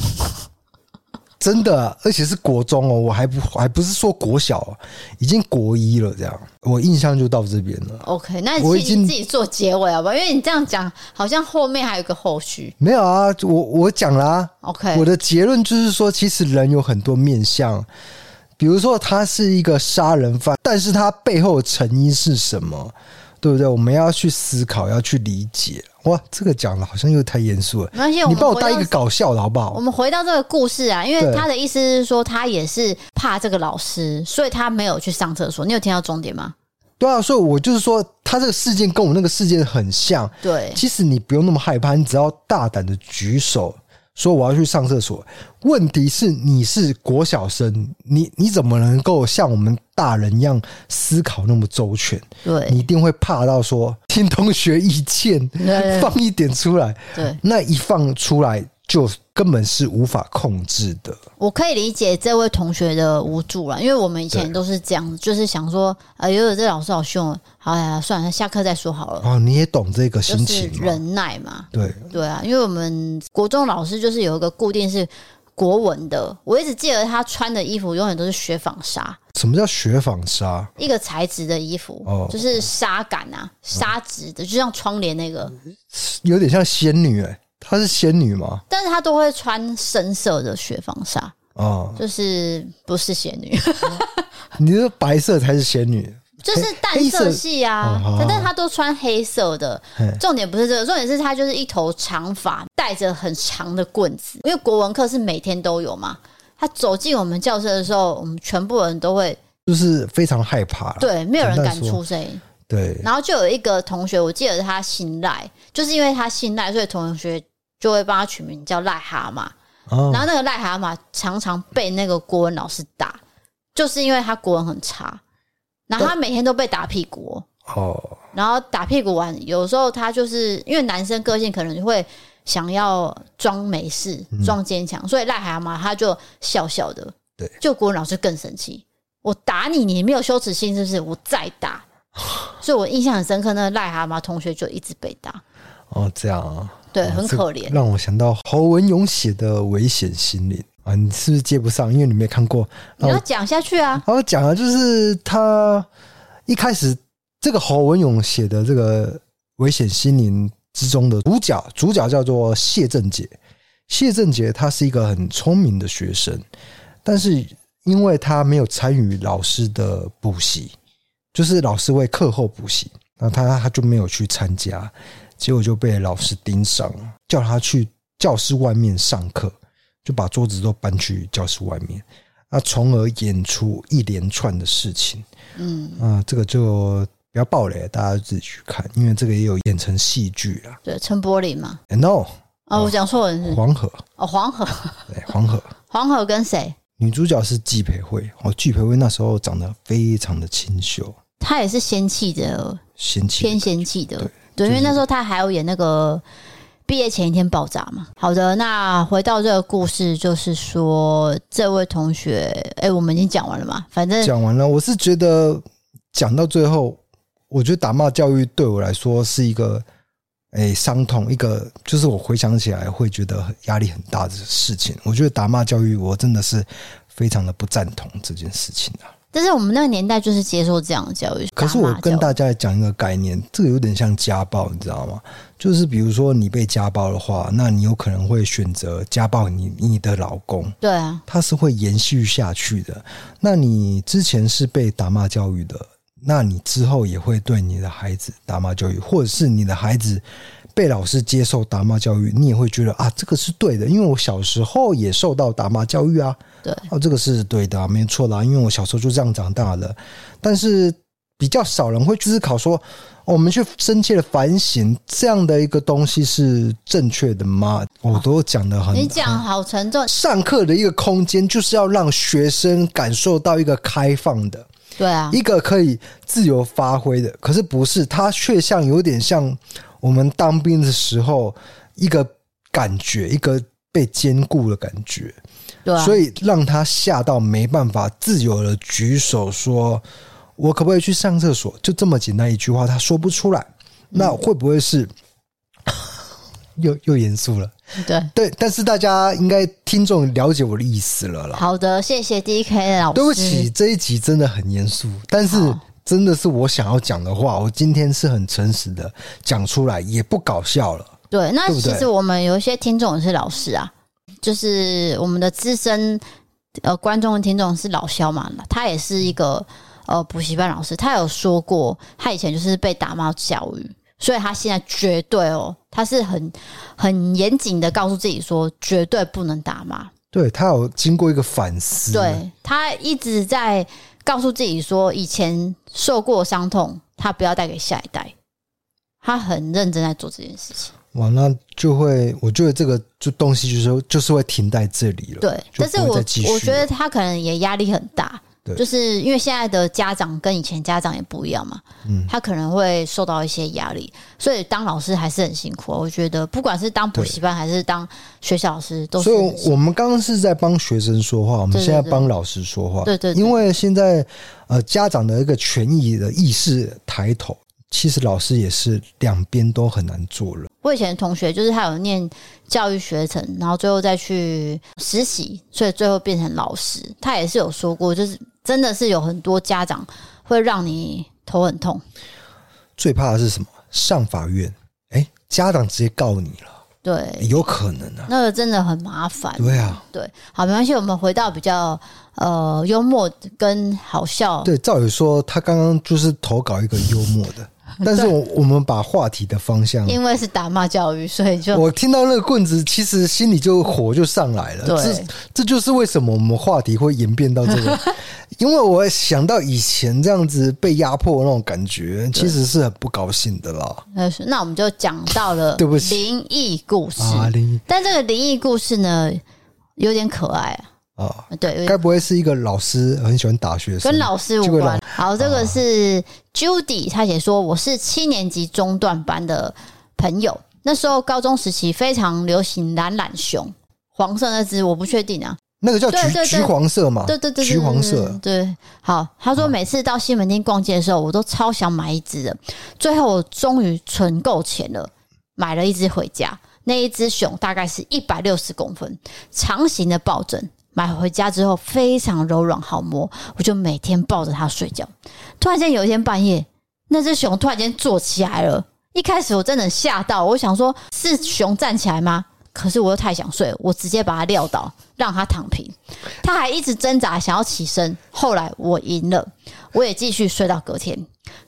S1: <laughs> 真的，而且是国中哦，我还不还不是说国小哦，已经国一了，这样，我印象就到这边了。
S2: OK？那
S1: 我
S2: 你
S1: 已
S2: 自己
S1: 经
S2: 自己做结尾好不好？因为你这样讲，好像后面还有一个后续。
S1: 没有啊，我我讲啦、
S2: OK，
S1: 我的结论就是说，其实人有很多面相，比如说他是一个杀人犯，但是他背后的成因是什么，对不对？我们要去思考，要去理解。哇，这个讲的好像又太严肃了，
S2: 没关系，我
S1: 你
S2: 们
S1: 帮我
S2: 回
S1: 带一
S2: 到
S1: 个搞笑的好不
S2: 我
S1: 好？
S2: 们回到这个故事啊，因为
S1: 对
S2: 他的意思是说，他也是怕这个老师，所以他没有去上厕所。你有听到重点吗？
S1: 对啊，所以我就是说，他这个事件跟我那个事件很像。
S2: 对，
S1: 其实你不用那么害怕，你只要大胆的举手说我要去上厕所。问题是你是国小生，你你怎么能够像我们大人一样思考那么周全？你
S2: 对，
S1: 一定会怕到说听同学意见
S2: 对，
S1: 放一点出来，
S2: 对，
S1: 那一放出来就根本是无法控制的。
S2: 我可以理解这位同学的无助了，因为我们以前
S1: 对
S2: 都是这样子，就是想说，哎呦，这老师好凶哦，好呀，算了，下课再说好了，
S1: 哦，你也懂这个
S2: 就
S1: 心
S2: 是
S1: 情吗？
S2: 忍耐嘛。
S1: 对，
S2: 对啊，因为我们国中老师就是有一个固定是国文的，我一直记得他穿的衣服永远都是雪纺纱，
S1: 什么叫雪纺纱？
S2: 一个材质的衣服，
S1: 哦嗯
S2: 就是纱感啊，纱质的，就像窗帘那个，
S1: 有点像仙女哎、她是仙女吗？
S2: 但是他都会穿深色的雪纺纱，
S1: 哦，
S2: 就是不是仙女，
S1: 你这白色才是仙女，
S2: 就是淡
S1: 哎黑
S2: 色
S1: 色
S2: 系啊
S1: 哦，好
S2: 但是他都穿黑色的
S1: 嘿。
S2: 重点不是这个，重点是他就是一头长发，带着很长的棍子，因为国文课是每天都有嘛。他走进我们教室的时候，我们全部人都会
S1: 就是非常害怕啦。
S2: 对，没有人
S1: 简单
S2: 敢
S1: 啊说
S2: 出声音。
S1: 对，
S2: 然后就有一个同学，我记得他姓赖，就是因为他姓赖，所以同学就会帮他取名叫癞蛤蟆。
S1: 哦
S2: 然后那个癞蛤蟆常常被那个国文老师打，就是因为他国文很差，然后他每天都被打屁股哦，
S1: 哦，
S2: 然后打屁股完，有时候他就是因为男生个性可能会想要装没事、装坚强，所以癞蛤蟆他就笑笑的，
S1: 对，
S2: 就国文老师更生气，我打你，你没有羞耻心是不是？我再 <laughs> 打。所以我印象很深刻，那个癞蛤蟆同学就一直被打，
S1: 哦，这样啊，
S2: 对，
S1: 哦
S2: 很
S1: 这
S2: 可怜。
S1: 让我想到侯文勇写的《危险心灵》啊，你是不是接不上？因为你没看过。
S2: 你
S1: 然
S2: 要
S1: 后
S2: 讲下去啊，
S1: 然后讲啊，就是他一开始这个侯文勇写的这个《危险心灵》之中的主角，主角叫做谢振杰。谢振杰他是一个很聪明的学生，但是因为他没有参与老师的补习，就是老师会课后补习，那他他就没有去参加，结果就被老师盯上了，叫他去教室外面上课，就把桌子都搬去教室外面，那从而演出一连串的事情。
S2: 嗯，
S1: 啊、这个就不要爆雷，大家自己去看，因为这个也有演成戏剧啦。
S2: 对，陈柏霖嘛，
S1: And no，
S2: 哦，我讲错人是
S1: 黄河，
S2: 哦，黄河，
S1: 对，黄河。
S2: 黄河跟谁？
S1: 女主角是季培慧，哦，季培慧那时候长得非常的清秀，
S2: 他也是仙气的，
S1: 仙气
S2: 偏仙气的，对，
S1: 就是
S2: 因为那时候他还有演那个毕业前一天爆炸嘛。好的，那回到这个故事，就是说这位同学，哎、我们已经讲完了嘛，反正
S1: 讲完了，我是觉得讲到最后，我觉得打骂教育对我来说是一个诶、伤痛，一个就是我回想起来会觉得压力很大的事情。我觉得打骂教育，我真的是非常的不赞同这件事情啊。
S2: 但是我们那个年代就是接受这样的教育，
S1: 可是
S2: 打骂
S1: 我跟
S2: 教育
S1: 大家讲一个概念，这个有点像家暴，你知道吗？就是比如说你被家暴的话，那你有可能会选择家暴你你的老公，
S2: 对啊，
S1: 它是会延续下去的。那你之前是被打骂教育的，那你之后也会对你的孩子打骂教育，或者是你的孩子被老师接受打骂教育，你也会觉得啊，这个是对的，因为我小时候也受到打骂教育啊，
S2: 对，
S1: 哦，这个是对的、啊，没错啦，因为我小时候就这样长大的。但是比较少人会去思考说，哦我们去深切的反省这样的一个东西是正确的吗？我都讲的很，
S2: 你讲好沉重，
S1: 上课的一个空间，就是要让学生感受到一个开放的，
S2: 对啊，
S1: 一个可以自由发挥的。可是不是，它却像有点像我们当兵的时候一个感觉，一个被兼顾的感觉，
S2: 对啊，
S1: 所
S2: 以
S1: 以让他吓到没办法自由的举手说：“我可不可以去上厕所？”就这么简单一句话，他说不出来，那
S2: 嗯
S1: 会不会是 <coughs> 又又严肃了？
S2: 对，
S1: 对，但是大家应该听众了解我的意思了啦。
S2: 好的，谢谢 D K 老师，
S1: 对不起，，这一集真的很严肃，但是
S2: 好
S1: 真的是我想要讲的话，我今天是很诚实的讲出来，也不搞笑了。
S2: 对，那
S1: 对不
S2: 其
S1: 对
S2: 实我们有一些听众也是老师啊，就是我们的资深呃观众跟听众是老肖嘛，他也是一个呃补习班老师，他有说过他以前就是被打骂教育，所以他现在绝对哦，他是很很严谨的告诉自己说绝对不能打骂，
S1: 对他有经过一个反思，
S2: 对他一直在告诉自己说以前受过伤痛，他不要带给下一代，他很认真在做这件事情。
S1: 哇，那就会，我觉得这个就东西就是就是会停在这里了。
S2: 对，
S1: 就
S2: 但是
S1: 不会
S2: 我
S1: 再继续
S2: 我觉
S1: 了
S2: 得他可能也压力很大
S1: 对，
S2: 就是因为现在的家长跟以前家长也不一样嘛，
S1: 嗯
S2: 他可能会受到一些压力，所以当老师还是很辛苦啊。我觉得不管是当补习班还是当学校老师，都是
S1: 所以，我们刚刚是在帮学生说话，我们
S2: 对对
S1: 现在
S2: 对
S1: 帮老师说话。
S2: 对对对
S1: 因为现在呃，家长的一个权益的意识抬头，其实老师也是两边都很难做了。
S2: 我以前的同学就是他有念教育学程，然后最后再去实习，所以最后变成老师。他也是有说过，就是真的是有很多家长会让你头很痛，
S1: 最怕的是什么？上法院，哎、家长直接告你了，
S2: 对，
S1: 有可能啊。
S2: 那个真的很麻烦。
S1: 对啊，
S2: 对，好，没关系，我们回到比较呃幽默跟好笑。
S1: 对，照理说他刚刚就是投稿一个幽默的，但
S2: <laughs>
S1: 是我我们把话题的方向
S2: 因为是打骂教育，所以就
S1: 我听到那个棍子，其实心里就火就上来了。
S2: 对
S1: 这这就是为什么我们话题会演变到这
S2: <laughs>
S1: 个，因为我想到以前这样子被压迫的那种感觉，其实是很不高兴的啦。
S2: 呃那我们就讲到了
S1: 对不起
S2: 灵异故事，
S1: 啊，林
S2: 但这个灵异故事呢有点可爱啊，
S1: 啊，
S2: 对，有点
S1: 该不会是一个老师很喜欢打学生？
S2: 跟老师
S1: 就
S2: 无
S1: 跟
S2: 关。好，这
S1: 啊
S2: 个是 Judy，她写说我是七年级中段班的朋友，那时候高中时期非常流行懒懒熊，黄色那只我不确定啊，
S1: 那个叫
S2: 对
S1: 橘
S2: 对对
S1: 橘黄色嘛？
S2: 对对对，对
S1: 橘黄色。哦
S2: 对，对好，他说每次到西门町逛街的时候，我都超想买一只的。最后我终于存够钱了，买了一只回家。那一只熊大概是一百六十公分，长形的抱枕。买回家之后非常柔软好摸，我就每天抱着它睡觉。突然间有一天半夜，那只熊突然间坐起来了。一开始我真的吓到，我想说是熊站起来吗？可是我又太想睡了，我直接把它撂倒，让它躺平。他还一直挣扎，想要起身。后来我赢了，我也继续睡到隔天。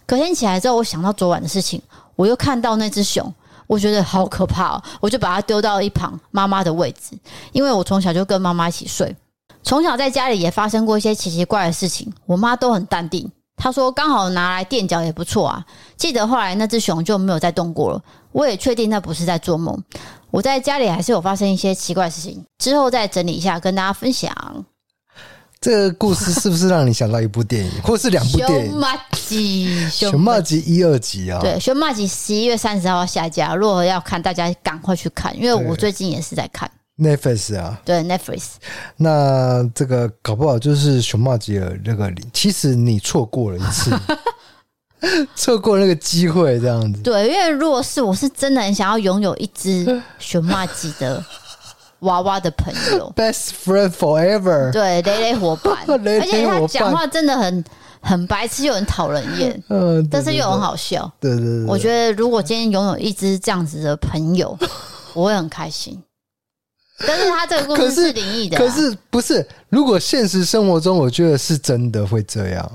S2: 隔天起来之后，我想到昨晚的事情，我又看到那只熊，我觉得好可怕哦，我就把它丢到一旁妈妈的位置，因为我从小就跟妈妈一起睡，从小在家里也发生过一些奇奇怪怪的事情，我妈都很淡定。她说：“刚好拿来垫脚也不错啊。”记得后来那只熊就没有再动过了，我也确定那不是在做梦。我在家里还是有发生一些奇怪的事情，之后再整理一下跟大家分享。
S1: 这个故事是不是让你想到一部电影，或是两部电
S2: 熊
S1: 影？
S2: 麻吉，
S1: 《熊猫集》一、二集啊，
S2: 对，熊麻吉十一月三十号要下架，如果要看，大家赶快去看，因为我最近也是在看。
S1: ，Netflix 啊，
S2: 对 Netflix，
S1: 那这个搞不好就是熊猫吉尔那个，其实你错过了一次， <laughs> 错过那个机会，这样子。，
S2: 对，因为如果是我是真的很想要拥有一只熊骂鸡的娃娃的朋友
S1: Best <laughs> friend forever，
S2: 对，雷雷伙伴，
S1: <laughs> 雷雷
S2: 而且
S1: 伙
S2: 他
S1: 伴
S2: 讲话真的很很白痴又很讨人厌，
S1: 嗯，对
S2: 但是又很，好笑。
S1: 对对对，
S2: 我
S1: 得
S2: 觉得如果今天拥有一只这样子的
S1: <laughs>
S2: 朋友，我会很开心。但是他这个故
S1: 可
S2: 事
S1: 是
S2: 是灵异的啊、
S1: 可是不是？如果现实生活中，我觉得是真的会这样，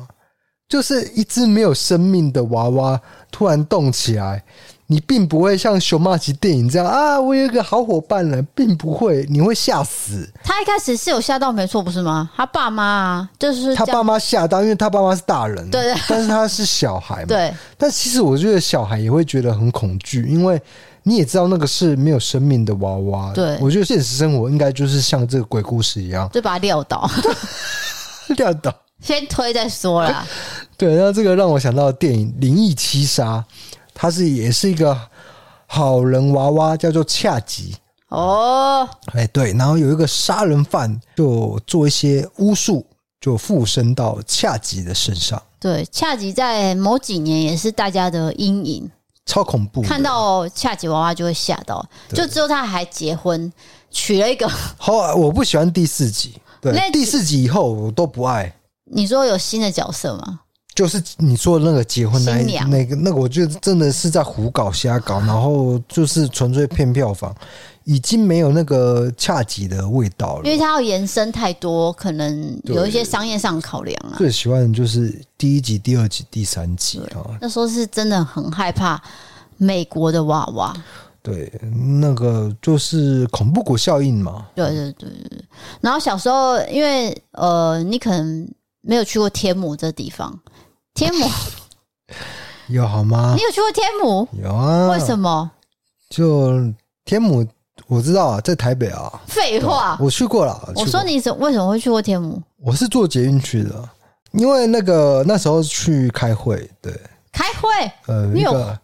S1: 就是一只没有生命的娃娃突然动起来，你并不会像熊猫级电影这样啊，我有一个好伙伴了，并不会，你会吓死。
S2: 他一开始是有吓到，没错，不是吗？他爸妈啊，就是
S1: 他
S2: 这样
S1: 爸妈吓到，因为他爸妈是大人，
S2: 对对
S1: 但是他是小孩嘛，
S2: 对
S1: 但其实我觉得小孩也会觉得很恐惧，因为你也知道那个是没有生命的娃娃。
S2: 对
S1: 我觉得现实生活应该就是像这个鬼故事一样 <laughs>
S2: 就把他撂倒， <laughs>
S1: 撂倒。
S2: 先推再说啦。
S1: 对，那这个让我想到电影《灵异七杀》，它是也是一个好人娃娃，叫做恰吉。
S2: 哦，
S1: 哎，对，然后有一个杀人犯就做一些巫术，就附身到恰吉的身上，
S2: 对，恰吉在某几年也是大家的阴影，
S1: 超恐怖的。
S2: 看到恰吉娃娃就会吓到。就之后他还结婚，娶了一个， <laughs>
S1: 后来我不喜欢第四集，对
S2: 那，
S1: 第四集以后我都不爱。
S2: 你说有新的角色吗？
S1: 就是你说的那个结婚那
S2: 新
S1: 一
S2: 娘
S1: 那个那个，我觉得真的是在胡搞瞎搞，然后就是纯粹骗票房，已经没有那个恰吉的味道
S2: 因为
S1: 了。
S2: 它要延伸太多，可能有一些
S1: 对
S2: 商业上考量啊。
S1: 最喜欢的就是第一集、第二集、第三集啊，
S2: 那时候是真的很害怕美国的娃娃，
S1: 对，那个就是恐怖谷效应嘛，
S2: 对对对对对。然后小时候，因为呃，你可能没有去过天母这地方，天
S1: <laughs>
S2: 母，
S1: 有好吗
S2: 你？有去过天母？
S1: 有啊，
S2: 嗯为什
S1: 么？
S2: 么？
S1: 就天母，我知道啊，在台北啊，
S2: 废话，
S1: 我去过了。
S2: 我
S1: 去
S2: 说
S1: 过
S2: 你怎为什么会去过天母？
S1: 我是坐捷运去的，因为那个那时候去开会，对。
S2: 开会，
S1: 呃
S2: 你
S1: 一
S2: 有
S1: 个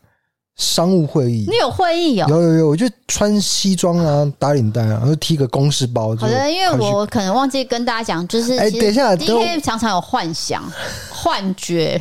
S1: 商务会议
S2: 你，有会议哦。
S1: 有有有，我就穿西装啊，打领带啊，然后提个公事包。就
S2: 好的，因为
S1: 跑去
S2: 我可能忘记跟大家讲，就是
S1: 哎
S2: 其
S1: 等一下
S2: 实
S1: 等我
S2: D K 常常有幻想、幻觉。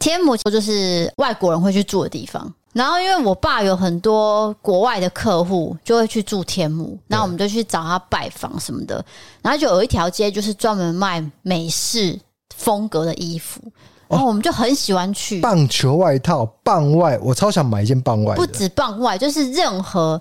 S2: 天母就是外国人会去住的地方。然后，因为我爸有很多国外的客户，就会去住天母，然后我们就去找他拜访什么的。然后就有一条街就是专门卖美式风格的衣服，然后我们就很喜欢去。
S1: 棒球外套、棒外，我超想买一件棒外
S2: 不
S1: 的。
S2: 止棒外，就是任何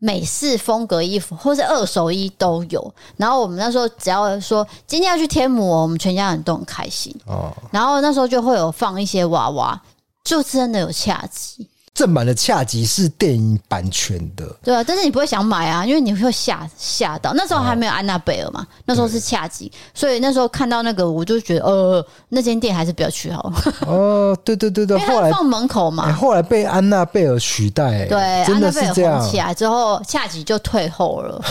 S2: 美式风格衣服或是二手衣都有。然后我们那时候只要说今天要去天母哦，我们全家人都很开心。
S1: 哦，
S2: 然后那时候就会有放一些娃娃，就真的有恰吉，
S1: 正版的恰吉是电影版权的，
S2: 对啊。但是你不会想买啊，因为你会吓吓到。那时候还没有安娜贝尔嘛，那时候是恰吉，所以那时候看到那个我就觉得呃，那间店还是不要去好
S1: <laughs>
S2: 了，
S1: 哦，对对对对，
S2: 因为
S1: 后
S2: 它
S1: 来、
S2: 放门口嘛。
S1: 哎后来被安娜贝尔取代、哎
S2: 对，啊
S1: 真
S2: 安娜
S1: 的
S2: 贝
S1: 是
S2: 尔
S1: 这样
S2: 红。起来之后，恰吉就退
S1: <laughs>
S2: 后了，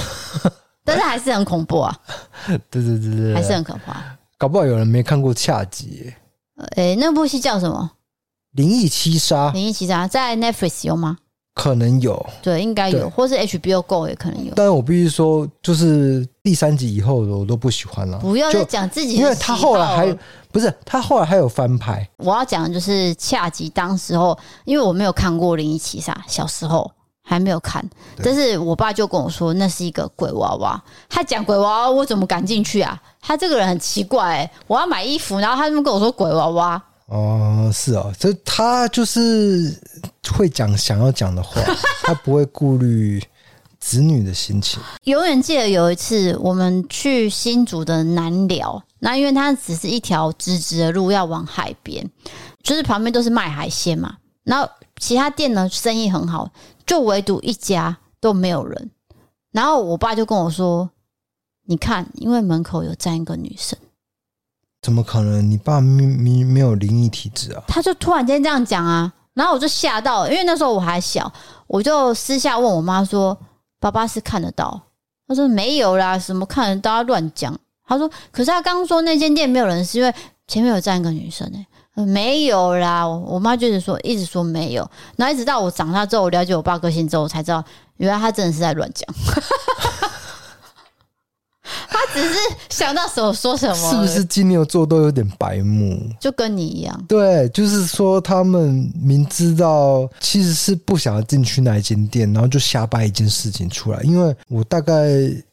S2: 但是还是很恐怖啊，
S1: 对对对对
S2: 还是
S1: 对，
S2: 很可怕。
S1: 搞不好有人没看过恰吉、哎
S2: 诶、那部戏叫什么？
S1: 灵异七杀
S2: 《灵异奇侠》在 Netflix 有吗？
S1: 可能有，
S2: 对，应该
S1: 对
S2: 有，或是 HBO Go 也可能有。
S1: 但是我必须说，就是第三集以后的我都不喜欢了。
S2: 不要
S1: 就
S2: 再讲自己的喜好了，
S1: 因为他后来还不是他后来还有翻拍，
S2: 我要讲的就是恰吉当时候，因为我没有看过《灵异奇侠》，小时候还没有看，但是我爸就跟我说那是一个鬼娃娃。他讲鬼娃娃，我怎么敢进去啊？他这个人很奇怪、欸，我要买衣服，然后他就跟我说鬼娃娃，
S1: 哦、是哦，这他就是会讲想要讲的话，他不会顾虑子女的心情。
S2: 永远记得有一次我们去新竹的南寮，那因为它只是一条直直的路要往海边，就是旁边都是卖海鲜嘛。然后其他店呢生意很好，就唯独一家都没有人。然后我爸就跟我说：“你看，因为门口有站一个女生。
S1: 怎么可能？你爸没没没有灵异体质啊”？
S2: 他就突然间这样讲啊，然后我就吓到了，因为那时候我还小，我就私下问我妈说：“爸爸是看得到？”他说：“没有啦，什么看得到？他乱讲。”他说：“可是他刚刚说那间店没有人，是因为前面有站一个女生诶、呃没有啦。我”我妈就是说一直说没有，然后一直到我长大之后，我了解我爸个 <laughs> 性之后，我才知道原来他真的是在乱讲。他只是想到什么说什么，
S1: 是不是？金牛座都有点白目？
S2: 就跟你一样，
S1: 对，就是说他们明知道其实是不想要进去那一间店，然后就瞎掰一件事情出来。因为我大概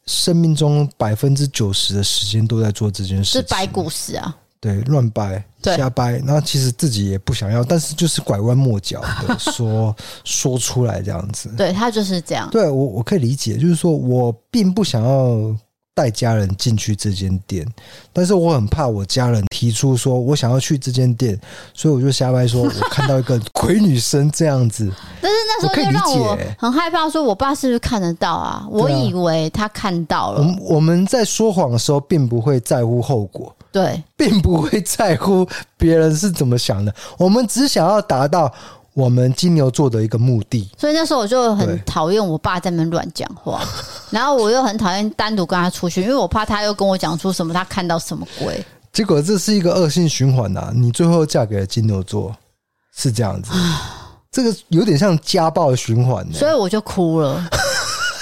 S1: 生命中百分之九十的时间都在做这件事
S2: 是
S1: 情，
S2: 白骨屎啊！
S1: 对，乱掰，
S2: 对
S1: 瞎掰。然后其实自己也不想要，但是就是拐弯抹角的说 <laughs> 说出来这样子。
S2: 对他就是这样，
S1: 嗯对我我可以理解，就是说我并不想要带家人进去这间店，但是我很怕我家人提出说我想要去这间店，所以我就瞎掰说，我看到一个鬼女生这样子，
S2: 但是那时
S1: 我
S2: 候
S1: 可以
S2: 就
S1: 理
S2: 让
S1: 解
S2: 我很害怕，说我爸是不是看得到啊？我
S1: 对啊嗯
S2: 以为他看到
S1: 我
S2: 了
S1: 们，我们在说谎的时候并不会在乎后果。
S2: 对，
S1: 并不会在乎别人是怎么想的，我们只想要达到我们金牛座的一个目的。
S2: 所以那时候我就
S1: 对
S2: 很讨厌我爸在那边乱讲
S1: <laughs>
S2: 话，然后我又很讨厌单独跟他出去，因为我怕他又跟我讲出什么他看到什么鬼。
S1: 结果这是一个恶性循环呐、啊你最后嫁给了金牛座，是这样子，这个有点像家暴的循环、呢。
S2: 所以我就哭
S1: <laughs>
S2: 了。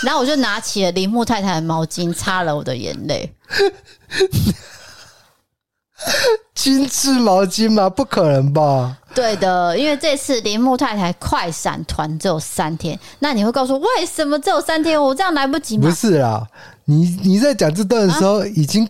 S2: 然后我就拿起了铃木太太的毛巾擦了我的眼泪，
S1: 精致毛巾吗？不可能吧？
S2: 对的，因为这次铃木太太快闪团只有三天，那你会告诉我为什么只有三天？我这样来不及
S1: 不
S2: 吗？
S1: 是啦，你你在讲这段的时候，已经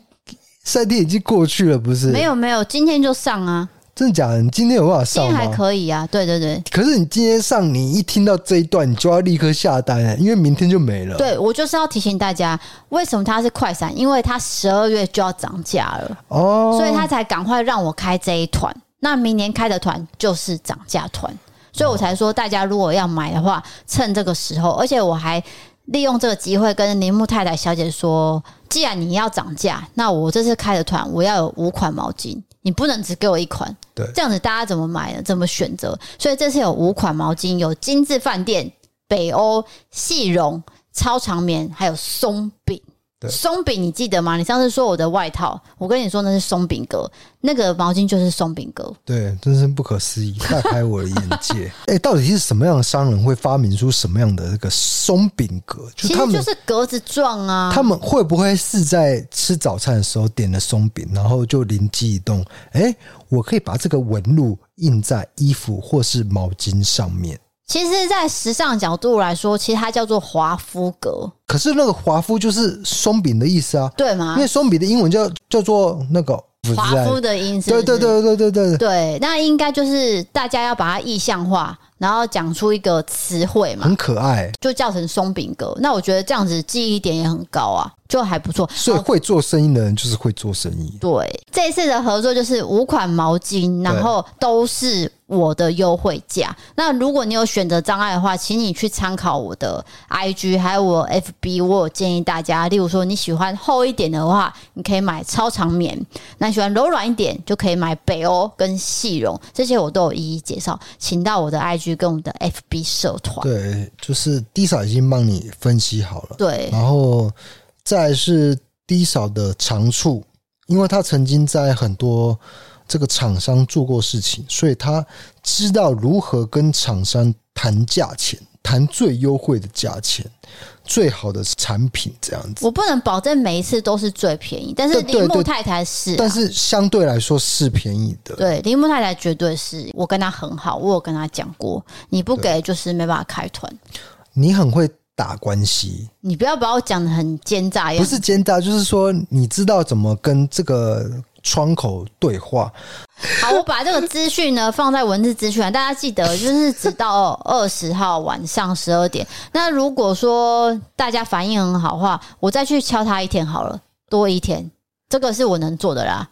S1: 三天已经过去了，不是？
S2: 啊没，有没有，今天就上啊，
S1: 真的假的？你今天有办法
S2: 今
S1: 上
S2: 天还
S1: 吗？
S2: 可以啊，对对对，
S1: 可是你今天上，你一听到这一段，你就要立刻下单、因为明天就没了。，
S2: 对我就是要提醒大家，为什么它是快闪？因为它十二月就要涨价了。
S1: 哦，
S2: 所以他才赶快让我开这一团。那明年开的团就是涨价团，所以我才说大家如果要买的话，趁这个时候。而且我还利用这个机会跟铃木太太小姐说，既然你要涨价，那我这次开的团我要有五款毛巾，你不能只给我一款。
S1: 对
S2: 这样子大家怎么买呢？怎么选择？所以这次有五款毛巾，有精致饭店、北欧细绒、超长棉，还有松饼。
S1: 对
S2: 松饼你记得吗？你上次说我的外套，我跟你说那是松饼哥，那个毛巾就是松饼哥。
S1: 对，真是不可思议，大开我的眼界。 <laughs> 哎、到底是什么样的商人会发明出什么样的这个松饼格？就
S2: 其
S1: 他
S2: 实
S1: 们、
S2: 就是格子状啊，
S1: 他们会不会是在吃早餐的时候点了松饼，然后就灵机一动，哎、我可以把这个纹路印在衣服或是毛巾上面。
S2: 其实，在时尚角度来说，其实它叫做华夫格，
S1: 可是那个华夫就是松饼的意思啊，
S2: 对吗
S1: 因为？松饼的英文叫叫做那个
S2: 华夫的音是不
S1: 对
S2: 是
S1: 对对对对对，
S2: 对，那应该就是大家要把它意象化，然后讲出一个词汇嘛，
S1: 很可爱，
S2: 就叫成松饼格。那我觉得这样子记忆点也很高啊，就还不错。
S1: 所以会做生意的人就是会做生意。
S2: 对，这一次的合作就是五款毛巾，然后都是我的优惠价。那如果你有选择障碍的话，请你去参考我的 IG 还有我 FB。我有建议大家，例如说你喜欢厚一点的话，你可以买超长棉；那你喜欢柔软一点，就可以买北欧跟细绒，这些我都有一一介绍，请到我的 IG 跟我的 FB 社团。
S1: 对，就是低嫂已经帮你分析好了，
S2: 对
S1: 然后再来是低嫂的长处，因为他曾经在很多这个厂商做过事情，所以他知道如何跟厂商谈价钱，谈最优惠的价钱，最好的产品这样子。
S2: 我不能保证每一次都是最便宜，但是
S1: 对对
S2: 铃木
S1: 对
S2: 太太是、啊，
S1: 但是相对来说是便宜的，
S2: 对，铃木太太绝对是我跟她很好，我有跟她讲过，你不给就是没办法开团。
S1: 你很会打关系，
S2: 你不要把我讲的很奸诈样
S1: 不
S2: 子，
S1: 是奸诈，就是说你知道怎么跟这个窗口对话，
S2: 好，我把这个资讯呢放在文字资讯栏，大家记得就是直
S1: <laughs>
S2: 到二十号晚上十二点。那如果说大家反应很好的话，我再去敲他一天好了，多一天，这个是我能做的啦。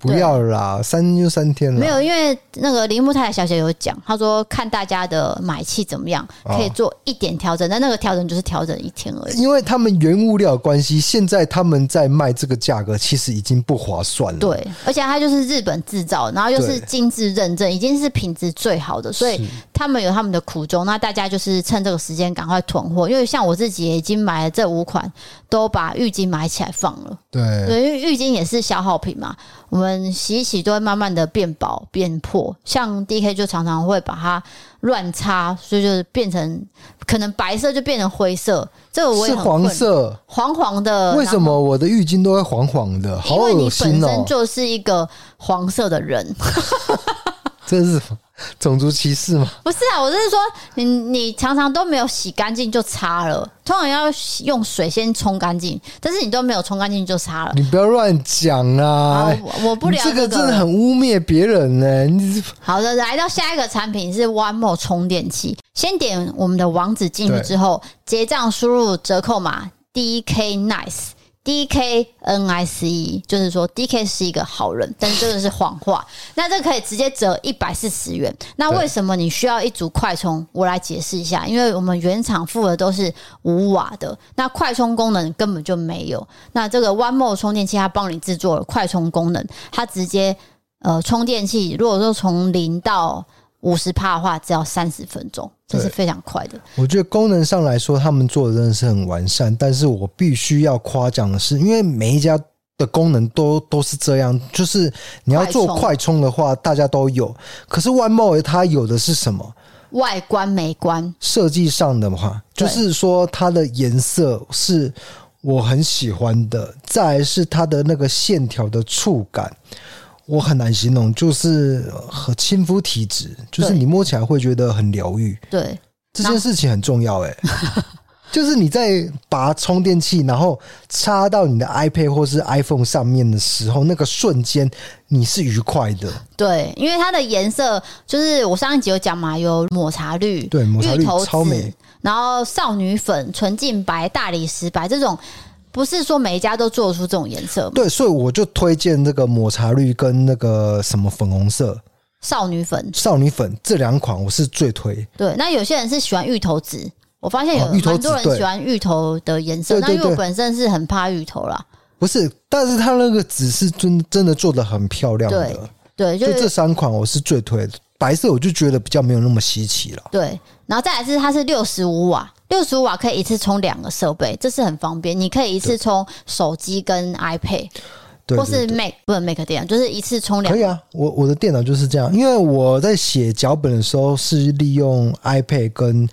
S1: 不
S2: 对
S1: 要啦，三就三天了，
S2: 没有，因为那个铃木太太小姐有讲，她说看大家的买气怎么样，可以
S1: 哦嗯
S2: 做一点调整，但那个调整就是调整一天而已。
S1: 因为他们原物料的关系，现在他们在卖这个价格，其实已经不划算了。，
S2: 对，而且它就是日本制造，然后又是
S1: 对
S2: 精致认证，已经是品质最好的，所以他们有他们的苦衷。那大家就是趁这个时间赶快囤货，因为像我自己也已经买了这五款，都把浴巾买起来放了。
S1: 对，
S2: 对，因为浴巾也是消耗品嘛，我们洗一洗都会慢慢的变薄变破。像 D K 就常常会把它乱擦，所以就是变成可能白色就变成灰色，这个我也
S1: 是
S2: 很困
S1: 黄色，
S2: 黄黄的，
S1: 为什么我的浴巾都会黄黄的？
S2: 然
S1: 好
S2: 后？因为
S1: 恶
S2: 你本
S1: 心哦
S2: 身！就是一个黄色的人，
S1: 这是种族歧视
S2: <laughs>
S1: 吗？
S2: 不是啊，我是说你你常常都没有洗干净就擦了，通常要洗用水先冲干净，但是你都没有冲干净就擦了。
S1: 你不要乱讲
S2: 好
S1: 啊！，
S2: 我我不
S1: 你
S2: 聊
S1: 这个真
S2: 了
S1: 的很污蔑别人呢、你
S2: 好的，来到下一个产品是 OneMo 充电器。先点我们的网址进去之后，结账输入折扣码 DK Nice。D K N I C E 就是说 D K 是一个好人，但是这个是谎话。那这个可以直接折一百四十元。那为什么你需要一组快充？我来解释一下，因为我们原厂附的都是五瓦的，那快充功能根本就没有。那这个 OneMo 充电器它帮你制作了快充功能，它直接呃充电器，如果说从零到五十帕的话，只要三十分钟，这是
S1: 对
S2: 非常快的。
S1: 我觉得功能上来说，他们做的真的是很完善，但是我必须要夸奖的是，因为每一家的功能都都是这样，就是你要做
S2: 快充
S1: 快充的话，大家都有。可是 One More 它有的是什么？
S2: 外观美观，
S1: 设计上的话，就
S2: 对
S1: 是说它的颜色是我很喜欢的，再来是它的那个线条的触感，我很难形容，就是和亲肤体质，就是
S2: 对
S1: 你摸起来会觉得很疗愈。
S2: 对
S1: 这件事情很重要
S2: <laughs>
S1: 哎、就是你在拔充电器，然后插到你的 iPad 或是 iPhone 上面的时候，那个瞬间你是愉快的，
S2: 对，因为它的颜色就是我上一集有讲嘛，有抹茶绿、
S1: 对，摩擦
S2: 芋
S1: 力
S2: 头紫
S1: 超美，
S2: 然后少女粉、纯净白、大理石白这种，不是说每一家都做出这种颜色嘛。
S1: 对，所以我就推荐这个抹茶绿跟那个什么粉红色
S2: 少女粉，
S1: 少女粉这两款，我是最推。
S2: 对，那有些人是喜欢芋头紫。我发现有
S1: 哦芋头
S2: 蛮多
S1: 紫
S2: 人
S1: 对
S2: 喜欢芋头的颜色，
S1: 对
S2: 那
S1: 对
S2: 因为我
S1: 对
S2: 本身是很怕芋头啦，
S1: 不是，但是它那个紫是真真的做的很漂亮
S2: 对
S1: 的，
S2: 对，就
S1: 就是这三款我是最推的。白色我就觉得比较没有那么稀奇了。
S2: 对，然后再来是它是六十五瓦，六十五瓦可以一次充两个设备，这是很方便。你可以一次充手机跟 iPad，
S1: 对
S2: 或
S1: 对
S2: 是 Mac 不能 Mac 电脑，就是一次充两
S1: 可以啊，我我的电脑就是这样，因为我在写脚本的时候是利用 iPad 跟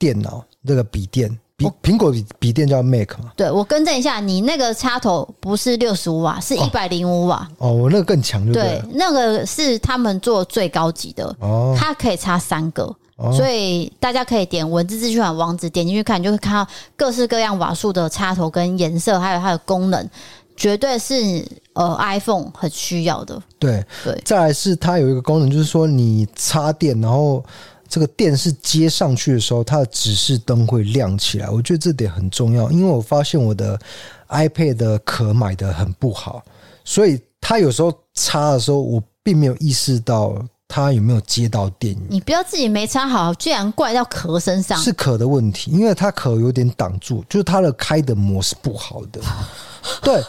S1: 电脑那个笔电，笔苹果笔笔电叫 Mac 嘛。
S2: 对我更正一下，你那个插头不是六十五瓦，是一百零五瓦。
S1: 哦，我那个更强，对不
S2: 对
S1: 对？，
S2: 那个是他们做最高级的，
S1: 哦，
S2: 它可以插三个，所以大家可以点文字资讯网网址点进去看，你就会看到各式各样瓦数的插头跟颜色，还有它的功能，绝对是呃 iPhone 很需要的。
S1: 对
S2: 对
S1: 再来是它有一个功能，就是说你插电，然后这个电是接上去的时候，它的指示灯会亮起来。我觉得这点很重要，因为我发现我的 iPad 的壳买的很不好，所以它有时候插的时候，我并没有意识到它有没有接到电源。
S2: 你不要自己没插好，居然怪到壳身上。
S1: 是壳的问题，因为它壳有点挡住，就是它的开的膜是不好的。对，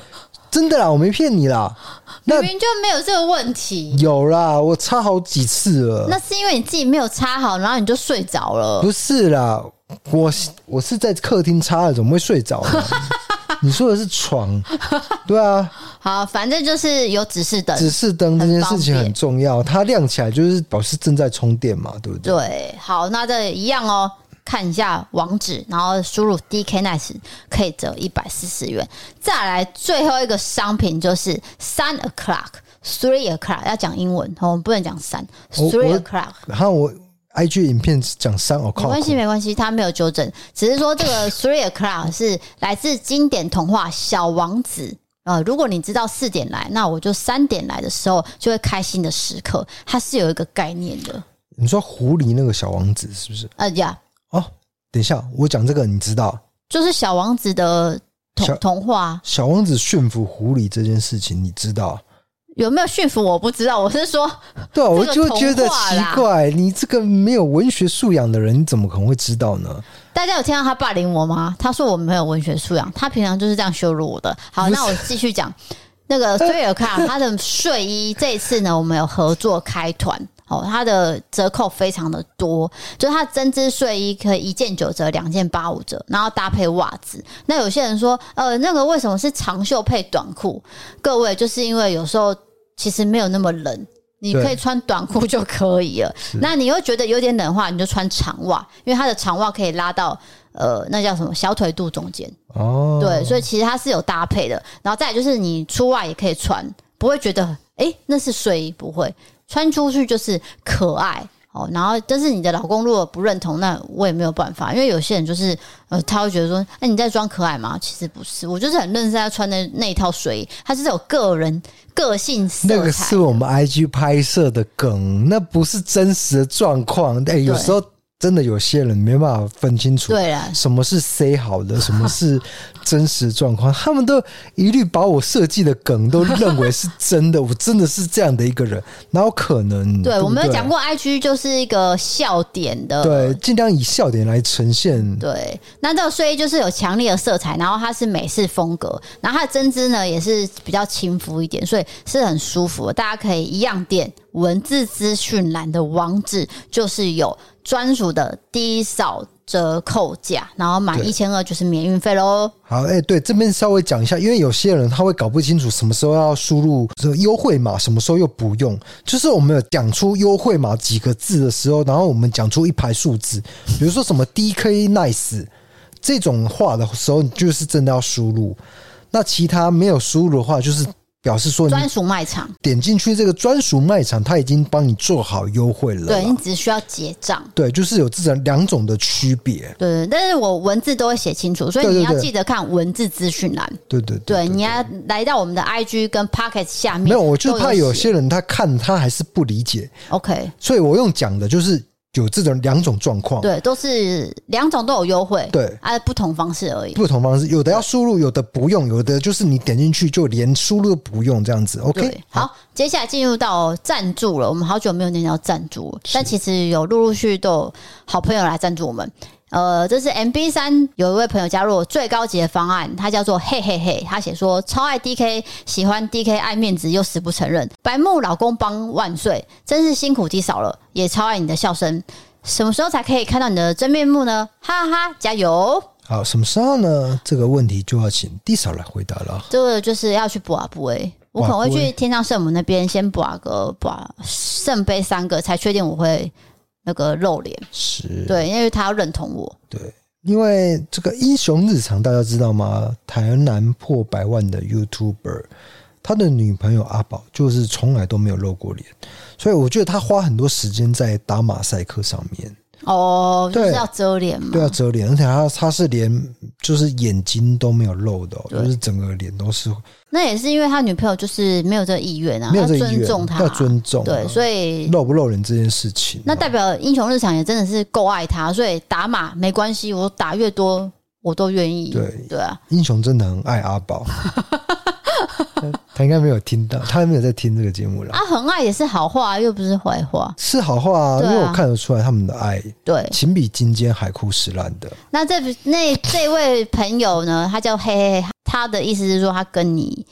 S1: 真的啦，我没骗你啦。那
S2: 明明就没有这个问题，
S1: 有啦，我插好几次了。
S2: 那是因为你自己没有插好，然后你就睡着了。
S1: 不是啦，我我是在客厅插的，怎么会睡着
S2: <laughs>
S1: 呢？你说的是床，对啊，
S2: 好，反正就是有指示灯。
S1: 指示灯这件事情很重要，它亮起来就是表示正在充电嘛，对不对？
S2: 对，好，那这一样哦。看一下网址，然后输入 DK Nice 可以折一百四十元。再来最后一个商品就是三 o'clock、three o'clock，要讲英文，我们不能讲三
S1: 我哦我
S2: three o'clock。
S1: 然后我 IG 影片讲三哦，
S2: 没
S1: 靠，
S2: 关系，没关系，他没有纠正，只是说这个 Three O'clock 是来自经典童话《小王子》。呃，如果你知道四点来，那我就三点来的时候就会开心的时刻，它是有一个概念的。
S1: 你说狐狸那个小王子是不是？
S2: 呃呀
S1: 哦，等一下，我讲这个你知道，
S2: 就是小王子的
S1: 小
S2: 童童话
S1: 小王子驯服狐狸这件事情，你知道？
S2: 有没有驯服我不知道，我是说
S1: 对啊，我
S2: 这
S1: 就
S2: 个童话
S1: 觉得奇
S2: 啦
S1: 怪，你这个没有文学素养的人，你怎么可能会知道呢？
S2: 大家有听到他霸凌我吗？他说我没有文学素养，他平常就是这样羞辱我的。好，那我继续讲那个 Three O'clock 他的睡衣，这一次呢，我们有合作开团。哦，它的折扣非常的多，就是它针织睡衣可以一件九折，两件八五折，然后搭配袜子。那有些人说，呃，那个为什么是长袖配短裤？各位，就是因为有时候其实没有那么冷。你可
S1: 对
S2: 以穿短裤就可以了。那你又觉得有点冷的话，你就穿长袜，因为它的长袜可以拉到呃，那叫什么小腿肚中间。
S1: 哦，
S2: 对，所以其实它是有搭配的。然后再来就是你出外也可以穿，不会觉得诶那是睡衣，不会穿出去就是可爱。哦，然后但是你的老公如果不认同，那我也没有办法，因为有些人就是呃，他会觉得说，哎、你在装可爱吗？其实不是，我就是很认真在穿的那一套睡衣，它是有个人个性色彩。
S1: 那个是我们 IG 拍摄的梗，那不是真实的状况。哎、有时候真的有些人没办法分清楚，
S2: 对啦，
S1: 什么是 say 好的，什么是真实状况，他们都一律把我设计的梗都认为是真的，我 <laughs> 真的是这样的一个人，哪有可能？
S2: 对，
S1: 不
S2: 我们有讲。过，IG 就是一个笑点的。
S1: 对，尽量以笑点来呈现。
S2: 对，那这个睡衣就是有强烈的色彩，然后它是美式风格，然后它的针织呢也是比较亲肤一点，所以是很舒服的。大家可以一样点文字资讯栏的网址，就是有专属的低扫折扣价，然后满
S1: 对
S2: 一千二就是免运费喽。
S1: 好，哎、对，这边稍微讲一下，因为有些人他会搞不清楚什么时候要输入这个优惠码，什么时候又不用。就是我们有讲出优惠码几个字的时候，然后我们讲出一排数字，比如说什么 DK Nice 这种话的时候，你就是真的要输入。那其他没有输入的话，就是表示说你
S2: 专属卖场，
S1: 点进去这个专属卖场，他已经帮你做好优惠了啦。
S2: 对你只需要结账。
S1: 对，就是有这种两种的区别。
S2: 对，但是我文字都会写清楚，所以
S1: 对对
S2: 你要
S1: 对
S2: 记得看文字资讯栏。
S1: 对对对
S2: 对，你要来到我们的 IG 跟 Pocket 下面。
S1: 没有，我就
S2: 都
S1: 怕有
S2: 写
S1: 些人他看他还是不理解。
S2: OK，
S1: 所以我用讲的就是有这种两种状况，
S2: 对，都是两种都有优惠，
S1: 哦对
S2: 啊，不同方式而已。
S1: 不同方式，有的要输入，有的不用，有的就是你点进去就连输入都不用这样子。OK，
S2: 对，好，接下来进入到赞助了。我们好久没有念到赞助了，但其实有陆陆续续都有好朋友来赞助我们。呃，这是 MB 三有一位朋友加入我最高级的方案，他叫做嘿嘿嘿，他写说超爱 DK，喜欢 DK 爱面子又死不承认，白木老公帮万岁，真是辛苦低嫂了，也超爱你的笑声。什么时候才可以看到你的真面目呢？哈哈哈，加油！
S1: 好，什么时候呢？这个问题就要请弟嫂来回答了。
S2: 这个就是要去补啊补诶，我可能会
S1: 补啊补
S2: 去
S1: 欸
S2: 天上圣母那边先补啊个补啊圣杯三个，才确定我会那个露脸。
S1: 是，
S2: 对，因为他要认同我。
S1: 对，因为这个英雄日常大家知道吗？台南破百万的 YouTuber，他的女朋友阿宝就是从来都没有露过脸，所以我觉得他花很多时间在打马赛克上面。
S2: 哦，就是
S1: 对
S2: 要遮脸嘛。
S1: 对啊，遮脸，而且他他是连就是眼睛都没有露的、哦，就是整个脸都是
S2: 那也是因为他女朋友就是没有这个意愿啊，
S1: 没有这个意
S2: 尊
S1: 愿
S2: 重他，
S1: 要尊重啊
S2: 对，所以
S1: 露不露脸这件事情、啊
S2: 那代表英雄日常也真的是够爱他，所以打码没关系，我打越多我都愿意。
S1: 对
S2: 对啊，
S1: 英雄真的很爱阿
S2: <laughs>
S1: 宝，他他应该没有听到，他没有在听这个节目啦。
S2: 啊，很爱也是好话，又不是坏话。
S1: 是好话、啊，
S2: 对啊
S1: 因为我看得出来他们的爱
S2: 对，
S1: 情比金坚海枯石烂的。
S2: 那这那这位朋友呢，他叫嘿嘿，嘿，他的意思是说他跟你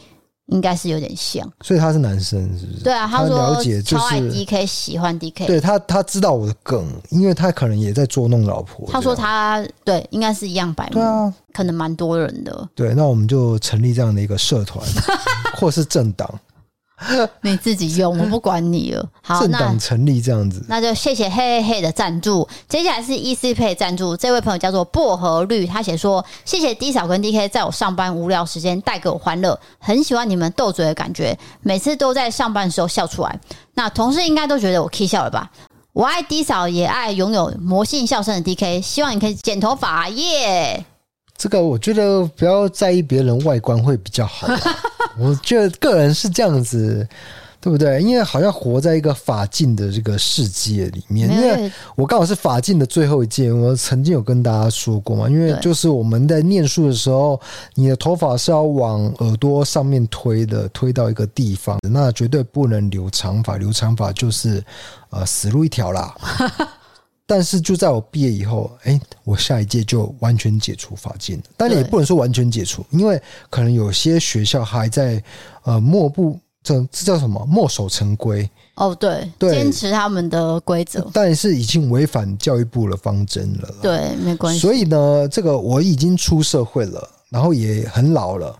S2: 应该是有点像，
S1: 所以他是男生，是不是？
S2: 对啊，
S1: 他
S2: 说
S1: 了解就
S2: 超爱
S1: 是
S2: DK，喜欢 DK，
S1: 对他，他知道我的梗，因为他可能也在捉弄老婆。
S2: 他说
S1: 这样
S2: 他对应该是一样白目，
S1: 对啊，
S2: 可能蛮多人的，
S1: 对，那我们就成立这样的一个社
S2: <laughs>
S1: 团或是政党，
S2: 你自己用，我不管你了。好，
S1: 政
S2: 啊那
S1: 党成立这样子。
S2: 那就谢谢嘿嘿嘿的赞助。接下来是 E C 配赞助，这位朋友叫做薄荷绿，他写说谢谢 D 嫂跟 D K 在我上班无聊时间带给我欢乐，很喜欢你们斗嘴的感觉，每次都在上班的时候笑出来。那同事应该都觉得我 K 笑了吧？我爱 D 嫂，也爱拥有魔性笑声的 D K，希望你可以剪头发耶
S1: 这个我觉得不要在意别人外观会比较好吧，
S2: <laughs>
S1: 我觉得个人是这样子，对不对？因为好像活在一个法镜的这个世界里面，
S2: 没有
S1: 因
S2: 因为
S1: 为我刚好是法镜的最后一届，我曾经有跟大家说过嘛，因为
S2: 对
S1: 就是我们在念书的时候，你的头发是要往耳朵上面推的，推到一个地方，那绝对不能留长发，留长发就是呃死路一条啦。但是就在我毕业以后，哎、我下一届就完全解除法禁了。当然也
S2: 对
S1: 不能说完全解除，因为可能有些学校还在呃默不这这叫什么墨守成规，
S2: 哦，对，
S1: 对呃
S2: 坚持他们的规则，
S1: 但是已经违反教育部的方针了。
S2: 对，没关系。
S1: 所以呢，这个我已经出社会了，然后也很老
S2: <laughs>
S1: 了，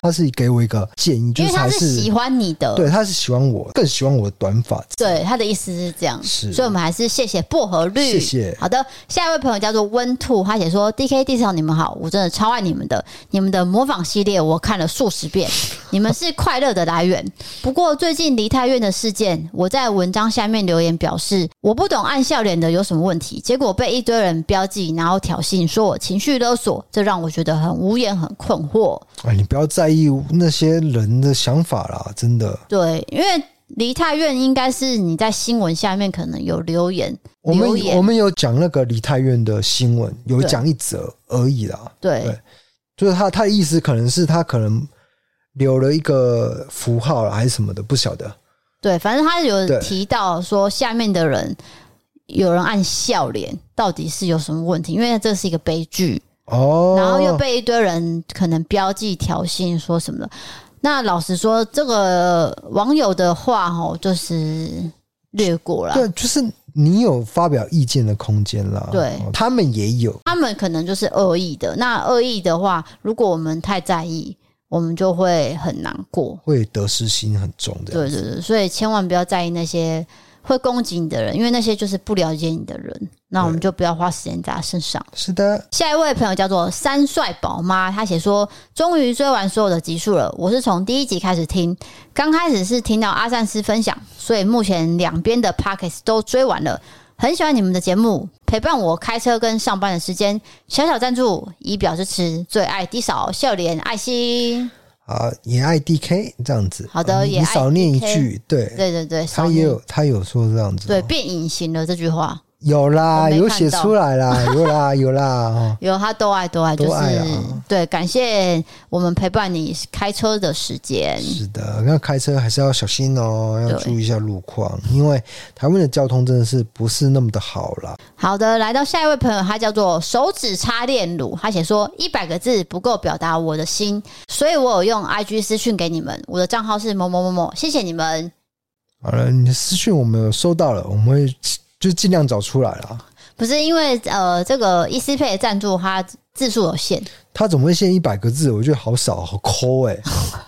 S1: 他是给我一个建议，就
S2: 因为
S1: 是
S2: 他
S1: 还
S2: 是喜
S1: 是
S2: 欢你的，
S1: 对，他是喜欢我，更喜欢我的短发。
S2: 对，他的意思是这样，
S1: 是
S2: 所以我们还是谢谢薄荷绿。
S1: 谢谢
S2: 好的，下一位朋友叫做温兔，他写说：“D K D 少你们好，我真的超爱你们的，你们的模仿系列我看了数十遍， <laughs> 你们是快乐的来源。不过最近梨泰院的事件，我在文章下面留言表示我不懂按笑脸的有什么问题，结果被一堆人标记，然后挑衅说我情绪勒索，这让我觉得很无言，很困惑。
S1: 哎，你不要在意那些人的想法啦，真的。
S2: 对，因为梨泰院应该是你在新闻下面可能有留言。”
S1: 我们
S2: 留言
S1: 我们有讲那个梨泰院的新闻，有
S2: 对
S1: 讲一则而已啦。
S2: 对，
S1: 对就是他他的意思可能是他可能留了一个符号啦还是什么的，不晓得。
S2: 对，反正他有
S1: 对
S2: 提到说，下面的人有人按笑脸，到底是有什么问题？因为这是一个悲剧，
S1: 哦，
S2: 然后又被一堆人可能标记、挑衅说什么的。那老实说，这个网友的话哦，就是略过了。
S1: 对，就是你有发表意见的空间啦。
S2: 对
S1: 哦他们也有。
S2: 他们可能就是恶意的。那恶意的话，如果我们太在意，我们就会很难过。
S1: 会得失心很重的。
S2: 对对对，所以千万不要在意那些会攻击你的人，因为那些就是不了解你的人。那我们就不要花时间在他身上。
S1: 是的，
S2: 下一位朋友叫做三帅宝妈，她写说：“终于追完所有的集数了，我是从第一集开始听，刚开始是听到阿善斯分享，所以目前两边的 p o c k e t s 都追完了。很喜欢你们的节目，陪伴我开车跟上班的时间，小小赞助以表支持，最爱低嫂笑脸爱心。
S1: 啊，也爱 DK 这样子。
S2: 好的
S1: 啊你
S2: 也爱
S1: 少念一
S2: DK
S1: 句，对，
S2: 对对对，
S1: 他也有他有说这样子。哦
S2: 对，变隐形了这句话。”
S1: 有
S2: 我
S1: 啦，
S2: 没
S1: 有
S2: 看
S1: 写
S2: 到
S1: 出来啦，有啦，有啦。哦，
S2: 有他都爱都爱，
S1: 都
S2: 就是、
S1: 爱啊
S2: 对，感谢我们陪伴你开车的时间。
S1: 是的，那开车还是要小心哦，要
S2: 对
S1: 注意一下路况，因为台湾的交通真的是不是那么的好啦。
S2: 好的，来到下一位朋友，他叫做手指插链乳，他写说一百个字不够表达我的心，所以我有用 IG 私讯给你们，我的账号是某某某某，谢谢你们。
S1: 好了，你的私讯我们有收到了，我们会就尽量找出来啦。
S2: 不是因为呃，这个 E C 配的赞助它字数有限，
S1: 他怎么会限一百个字？我觉得好少，好抠哎、 <laughs>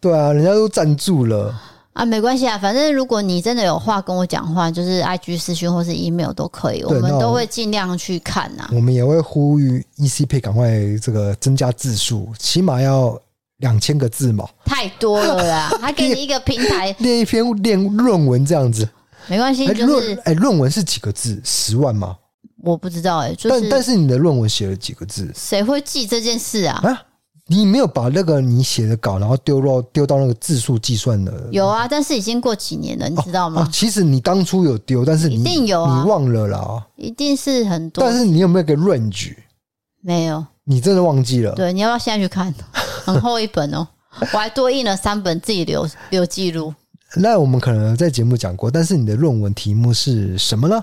S1: 对啊，人家都赞助了。
S2: 啊，没关系啊，反正如果你真的有话跟我讲话，就是 IG 私讯或是 email 都可以，我
S1: 那
S2: 们
S1: 我
S2: 都会尽量去看啊呐、
S1: 我们也会呼吁 ECP 赶快这个增加字数，起码要两千个字嘛，
S2: 太多了
S1: <laughs>
S2: 啦，他给你一个平台，
S1: 练一篇练论文这样子。
S2: 没关系，
S1: 哎，
S2: 就
S1: 论
S2: 是
S1: 哎，论文是几个字？十万吗？
S2: 我不知道哎、就
S1: 但但
S2: 是
S1: 是你的论文写了几个字
S2: 谁会记这件事啊？
S1: 啊？你没有把那个你写的稿，然后丢到丢到那个字数计算的，
S2: 有啊，但是已经过几年了，你知道
S1: 啊
S2: 吗？？
S1: 其实你当初有丢，但是你
S2: 一定有啊
S1: 你忘了啦。
S2: 一定是很多
S1: 但，是你有没有个 range？
S2: 没有。
S1: 你真的忘记了？
S2: 对，你要不要现在去看？很厚一
S1: <laughs>
S2: 本哦，我还多印了三本自己留留记录
S1: 那我们可能在节目讲过，但是你的论文题目是什么呢？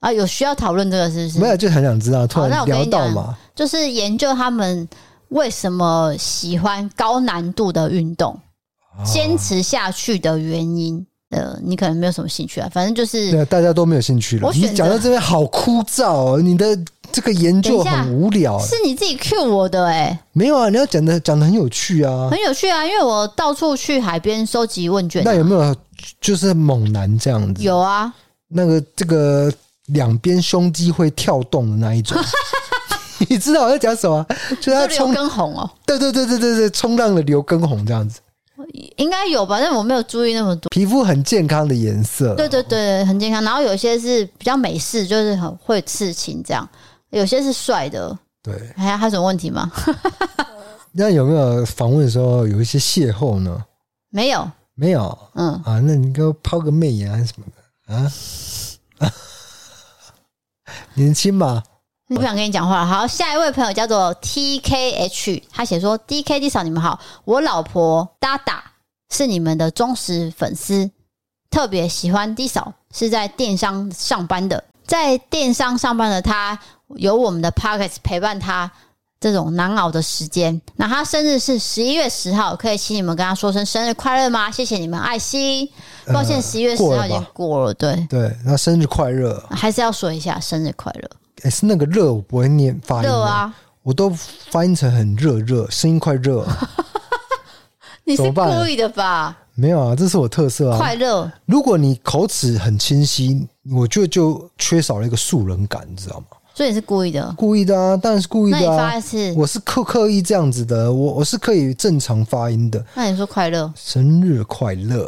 S2: 啊。有需要讨论这个是不
S1: 没
S2: 是？
S1: 有，就很想知道，突
S2: 嗯那我
S1: 然
S2: 跟
S1: 聊
S2: 你
S1: 到
S2: 讲
S1: 嘛。
S2: 就是研究他们为什么喜欢高难度的运动，
S1: 哦
S2: 坚持下去的原因。呃，你可能没有什么兴趣啊，反正就是
S1: 对，大家都没有兴趣了
S2: 我。选
S1: 你
S2: 择
S1: 讲到这边好枯燥、哦，你的这个研究
S2: 等一下
S1: 很无聊、啊
S2: 是你自己 cue 我的哎、
S1: 没有啊，你要讲的讲的很有趣啊。
S2: 很有趣啊，因为我到处去海边收集问卷啊、
S1: 那有没有就是猛男这样子？
S2: 有啊，
S1: 那个这个两边胸肌会跳动的那一
S2: <laughs>
S1: 种。你知道我在讲什么？就是
S2: 就
S1: 他
S2: 刘
S1: 冲，
S2: 根红哦，
S1: 对对对对对对，冲浪的刘畊宏这样子，
S2: 应该有吧，但我没有注意那么多。
S1: 皮肤很健康的颜色。
S2: 对对对，很健康。然后有些是比较美式，就是很会刺青这样；有些是帅的。
S1: 对，
S2: 哎呀，还有什么问题吗？
S1: 那有没有访问的时候有一些邂逅呢？
S2: 没有，
S1: 没有，
S2: 嗯，
S1: 啊，那你给我抛个媚眼啊什么的啊？ <laughs> 年轻嘛，
S2: 不想跟你讲话了。好，下一位朋友叫做 T K H，他写说：“D K D 嫂，你们好，我老婆达达是你们的忠实粉丝，特别喜欢 D 嫂，是在电商上班的，在电商上班的她有我们的 Pockets 陪伴她。”这种难熬的时间。那他生日是十一月十号，可以请你们跟他说声生日快乐吗？谢谢你们爱心。抱歉，十一月十
S1: 呃过了
S2: 号已经
S1: 吧
S2: 过了，对，
S1: 对，那生日快乐，
S2: 还是要说一下生日快乐，
S1: 诶是那个热，我不会念发音，
S2: 热，啊！
S1: 我都翻译成很热热，声音快热，
S2: 你
S1: 怎
S2: 是
S1: 么办
S2: 故意的吧？
S1: 没有啊，这是我特色啊。
S2: 快乐，
S1: 如果你口齿很清晰，我觉得就缺少了一个素人感，你知道吗？
S2: 所以你是故意的。
S1: 故意的啊，当然是故意
S2: 那你
S1: 的
S2: 发
S1: 啊
S2: 一。次，
S1: 我是刻刻意这样子的，我我是可以正常发音的。
S2: 那你说快乐，
S1: 生日快乐，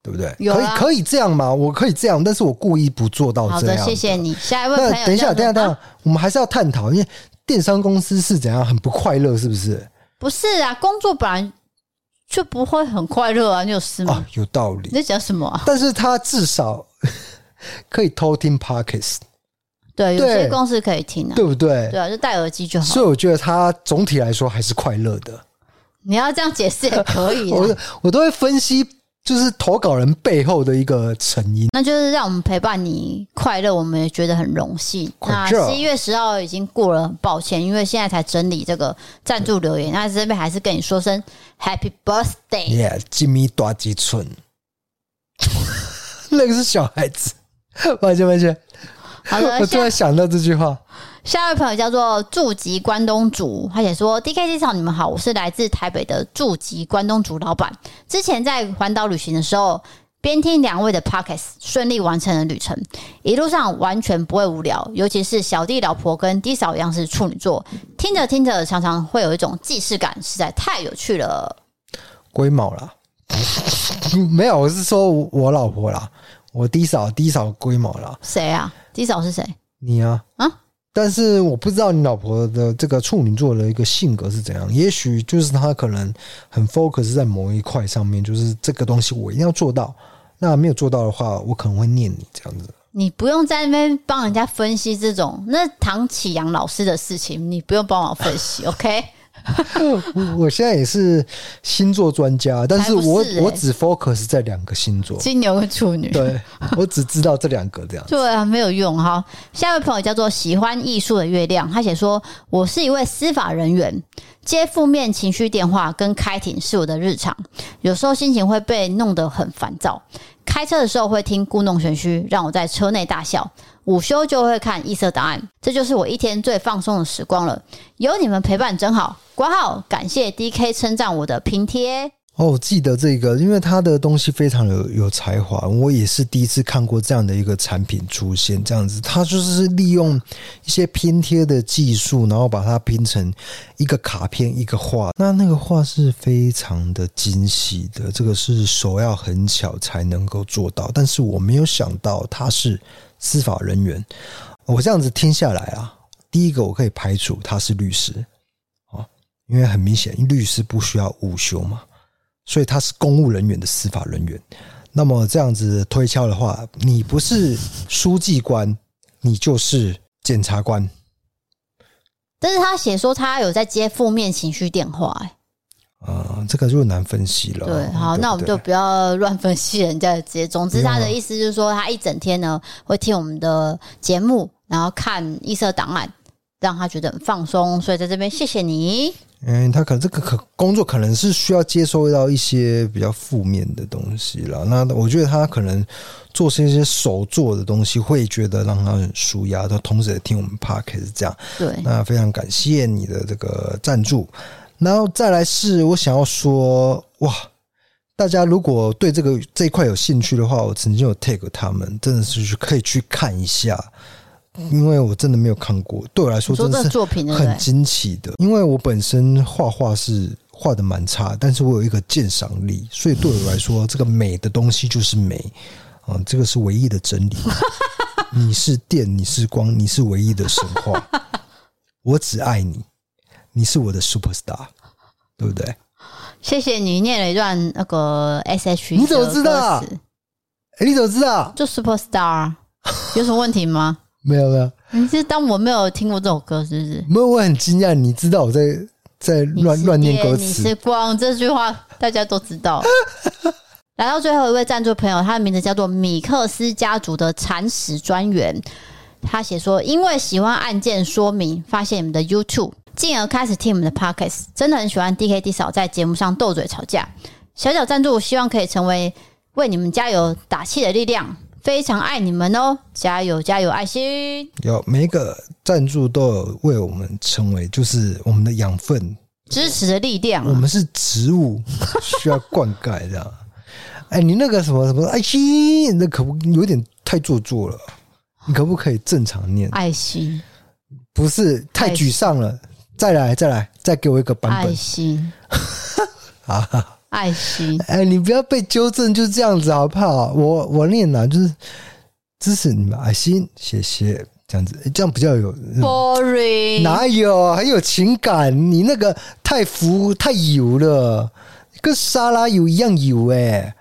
S1: 对不对？
S2: 有
S1: 可以
S2: 啊
S1: 可以这样嘛？我可以这样，但是我故意不做到
S2: 好
S1: 哦这
S2: 的，
S1: 样。啊
S2: 谢谢你。下一位朋友
S1: 那
S2: 叫做，
S1: 等一下，等一下，等一
S2: 啊
S1: 下，我们还是要探讨，因为电商公司是怎样很不快乐，是不是？
S2: 不是啊，工作本来就不会很快乐啊，你有事吗？
S1: 啊，有道理
S2: 你。在讲什么啊？
S1: 但是他至少 <laughs> 可以偷听 Pockets，
S2: 对，有
S1: 对
S2: 些公司可以听啊，
S1: 对不对？
S2: 对啊，就戴耳机就好
S1: 所。以我觉得他总体来说还是快乐的。
S2: 你要这样解释也可以啊
S1: 我
S2: 的，
S1: 我都会分析，就是投稿人背后的一个成因。
S2: 那就是让我们陪伴你快乐，我们也觉得很荣幸。
S1: 快
S2: 那
S1: 乐
S2: 十一月十号已经过了，很抱歉，因为现在才整理这个赞助留言，那这边还是跟你说声 Happy Birthday。
S1: 耶，吉米大几寸， <laughs> 那个是小孩子。抱歉，抱歉，
S2: 好的，
S1: 我
S2: 下
S1: 突然想到这句话。
S2: 下一位朋友叫做驻籍关东煮，他写说：“D K 介绍你们好，我是来自台北的驻籍关东煮老板。之前在环岛旅行的时候，边听两位的 Pockets，顺利完成了旅程。一路上完全不会无聊，尤其是小弟老婆跟低嫂一样是处女座，听着听着常常会有一种既视感，实在太有趣了。
S1: 龟毛啦， <laughs> 没有，我是说我我老婆啦，我低嫂低嫂龟毛啦，
S2: 谁啊？低嫂是谁？
S1: 你啊
S2: 啊，
S1: 但是我不知道你老婆的这个处女座的一个性格是怎样，也许就是她可能很 focus 在某一块上面，就是这个东西我一定要做到，那没有做到的话，我可能会念你这样
S2: <laughs>
S1: 子。
S2: 你不用在那边帮人家分析这种，那唐启阳老师的事情，你不用帮我分析，OK？”
S1: 我我现在也是星座专家，但是
S2: 还不是
S1: 我
S2: 欸
S1: 我只 focus 在两个星座，
S2: 金牛跟处女，
S1: 对我只知道这两个这样。
S2: 对啊，没有用哈。下一位朋友叫做喜欢艺术的月亮，他写说：“我是一位司法人员，接负面情绪电话跟开庭是我的日常，有时候心情会被弄得很烦躁。开车的时候会听故弄玄虚，让我在车内大笑。午休就会看异色档案，这就是我一天最放松的时光了。有你们陪伴真好。”挂号，感谢 D K 称赞我的拼贴。
S1: 哦，我记得这个，因为他的东西非常有有才华，我也是第一次看过这样的一个产品出现。这样子，他就是利用一些拼贴的技术，然后把它拼成一个卡片一个画。那那个画是非常的精细的，这个是手要很巧才能够做到。但是我没有想到他是司法人员，我这样子听下来啊，第一个我可以排除他是律师哦，因为很明显律师不需要午休嘛。所以他是公务人员的司法人员。那么这样子推敲的话，你不是书记官，你就是检察官。
S2: 但是他写说他有在接负面情绪电话、欸
S1: 呃，这个就难分析了。
S2: 对，好，
S1: 不
S2: 那我们就不要乱分析人家的
S1: <laughs>
S2: 职业。总之，
S1: 不用
S2: 他的
S1: 啊
S2: 意思就是说，他一整天呢会听我们的节目，然后看异色档案，让他觉得很放松。所以在这边谢谢你。
S1: 嗯，他可能这个可工作可能是需要接收到一些比较负面的东西了。那我觉得他可能做些一些手做的东西，会觉得让他很舒压。他同时也听我们 p a r k 是这样。
S2: 对，
S1: 那非常感谢你的这个赞助，然后再来是我想要说，哇，大家如果对这个这一块有兴趣的话，我曾经有 tag 他们，真的是去可以去看一下，因为我真的没有看过，对我来
S2: 你
S1: 说
S2: 说
S1: 真
S2: 这
S1: 的
S2: 个
S1: 是
S2: 作品对不对
S1: 很？惊奇的，因为我本身画画是。画的蛮差，但是我有一个鉴赏力，所以对我来说，这个美的东西就是美，啊、这个是唯一的真
S2: <laughs>
S1: 理。你是电，你是光，你是唯一的神话。我只爱你，你是我的 super star，对哎不对？
S2: 谢谢你念了一段那个 S H，
S1: 你怎么知道啊哎，你怎么知道？
S2: 就 Super Star 有什么问题吗？ <laughs>
S1: 没有没有
S2: 你是当我没有听过这首歌是不是？
S1: 没有，我很惊讶，你知道我在在乱
S2: 你是
S1: 乱念
S2: 电
S1: 歌
S2: 你
S1: 词
S2: 是光，这句话大家都知
S1: <laughs>
S2: 道。来到最后一位赞助朋友，他的名字叫做米克斯家族的铲屎专员。他写说，因为喜欢案件说明，发现你们的 YouTube 进而开始听我们的 Pockets。真的很喜欢 DK D 嫂在节目上斗嘴吵架。小小赞助，希望可以成为为你们加油打气的力量。非常爱你们哦，加油加油，爱心！
S1: 有每一个赞助都有为我们成为就是我们的养分，
S2: 支持的力量啊、
S1: 我们是植
S2: <laughs>
S1: 物，需要灌溉这样。哎，你那个什么什么爱心，那可不有点太做作了？你可不可以正常念？
S2: 爱心，
S1: 不是太沮丧了，再来再来，再给我一个版
S2: 爱
S1: 本
S2: 心，
S1: <laughs> 啊！
S2: 爱心，
S1: 哎，你不要被纠正，就这样子好不好？我我念啦，就是支持你们爱心，谢谢，这样子，哎这样比较有。
S2: boring，
S1: 哪有很有情感？你那个太浮太油了，跟沙拉油一样油哎、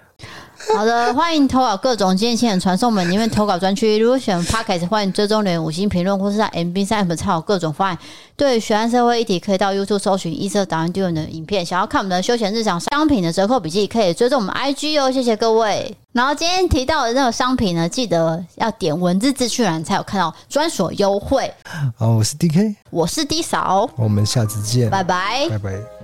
S2: 好的，欢迎投稿各种今天情人传送门里面投稿专区。如果喜欢 Podcast，欢迎追踪留言、五星评论，或是在 MB 三 M 参考各种方案。对于学案社会议题，可以到 YouTube 搜寻“一色档案丢人”的影片。想要看我们的休闲日常商品的折扣笔记，可以追踪我们 IG 哦。谢谢各位。然后今天提到的那个商品呢，记得要点文字资讯栏才有看到专属优惠。
S1: 好，我是 DK，
S2: 我是 D 嫂，
S1: 我们下次见，
S2: 拜拜。
S1: 拜拜 Oh,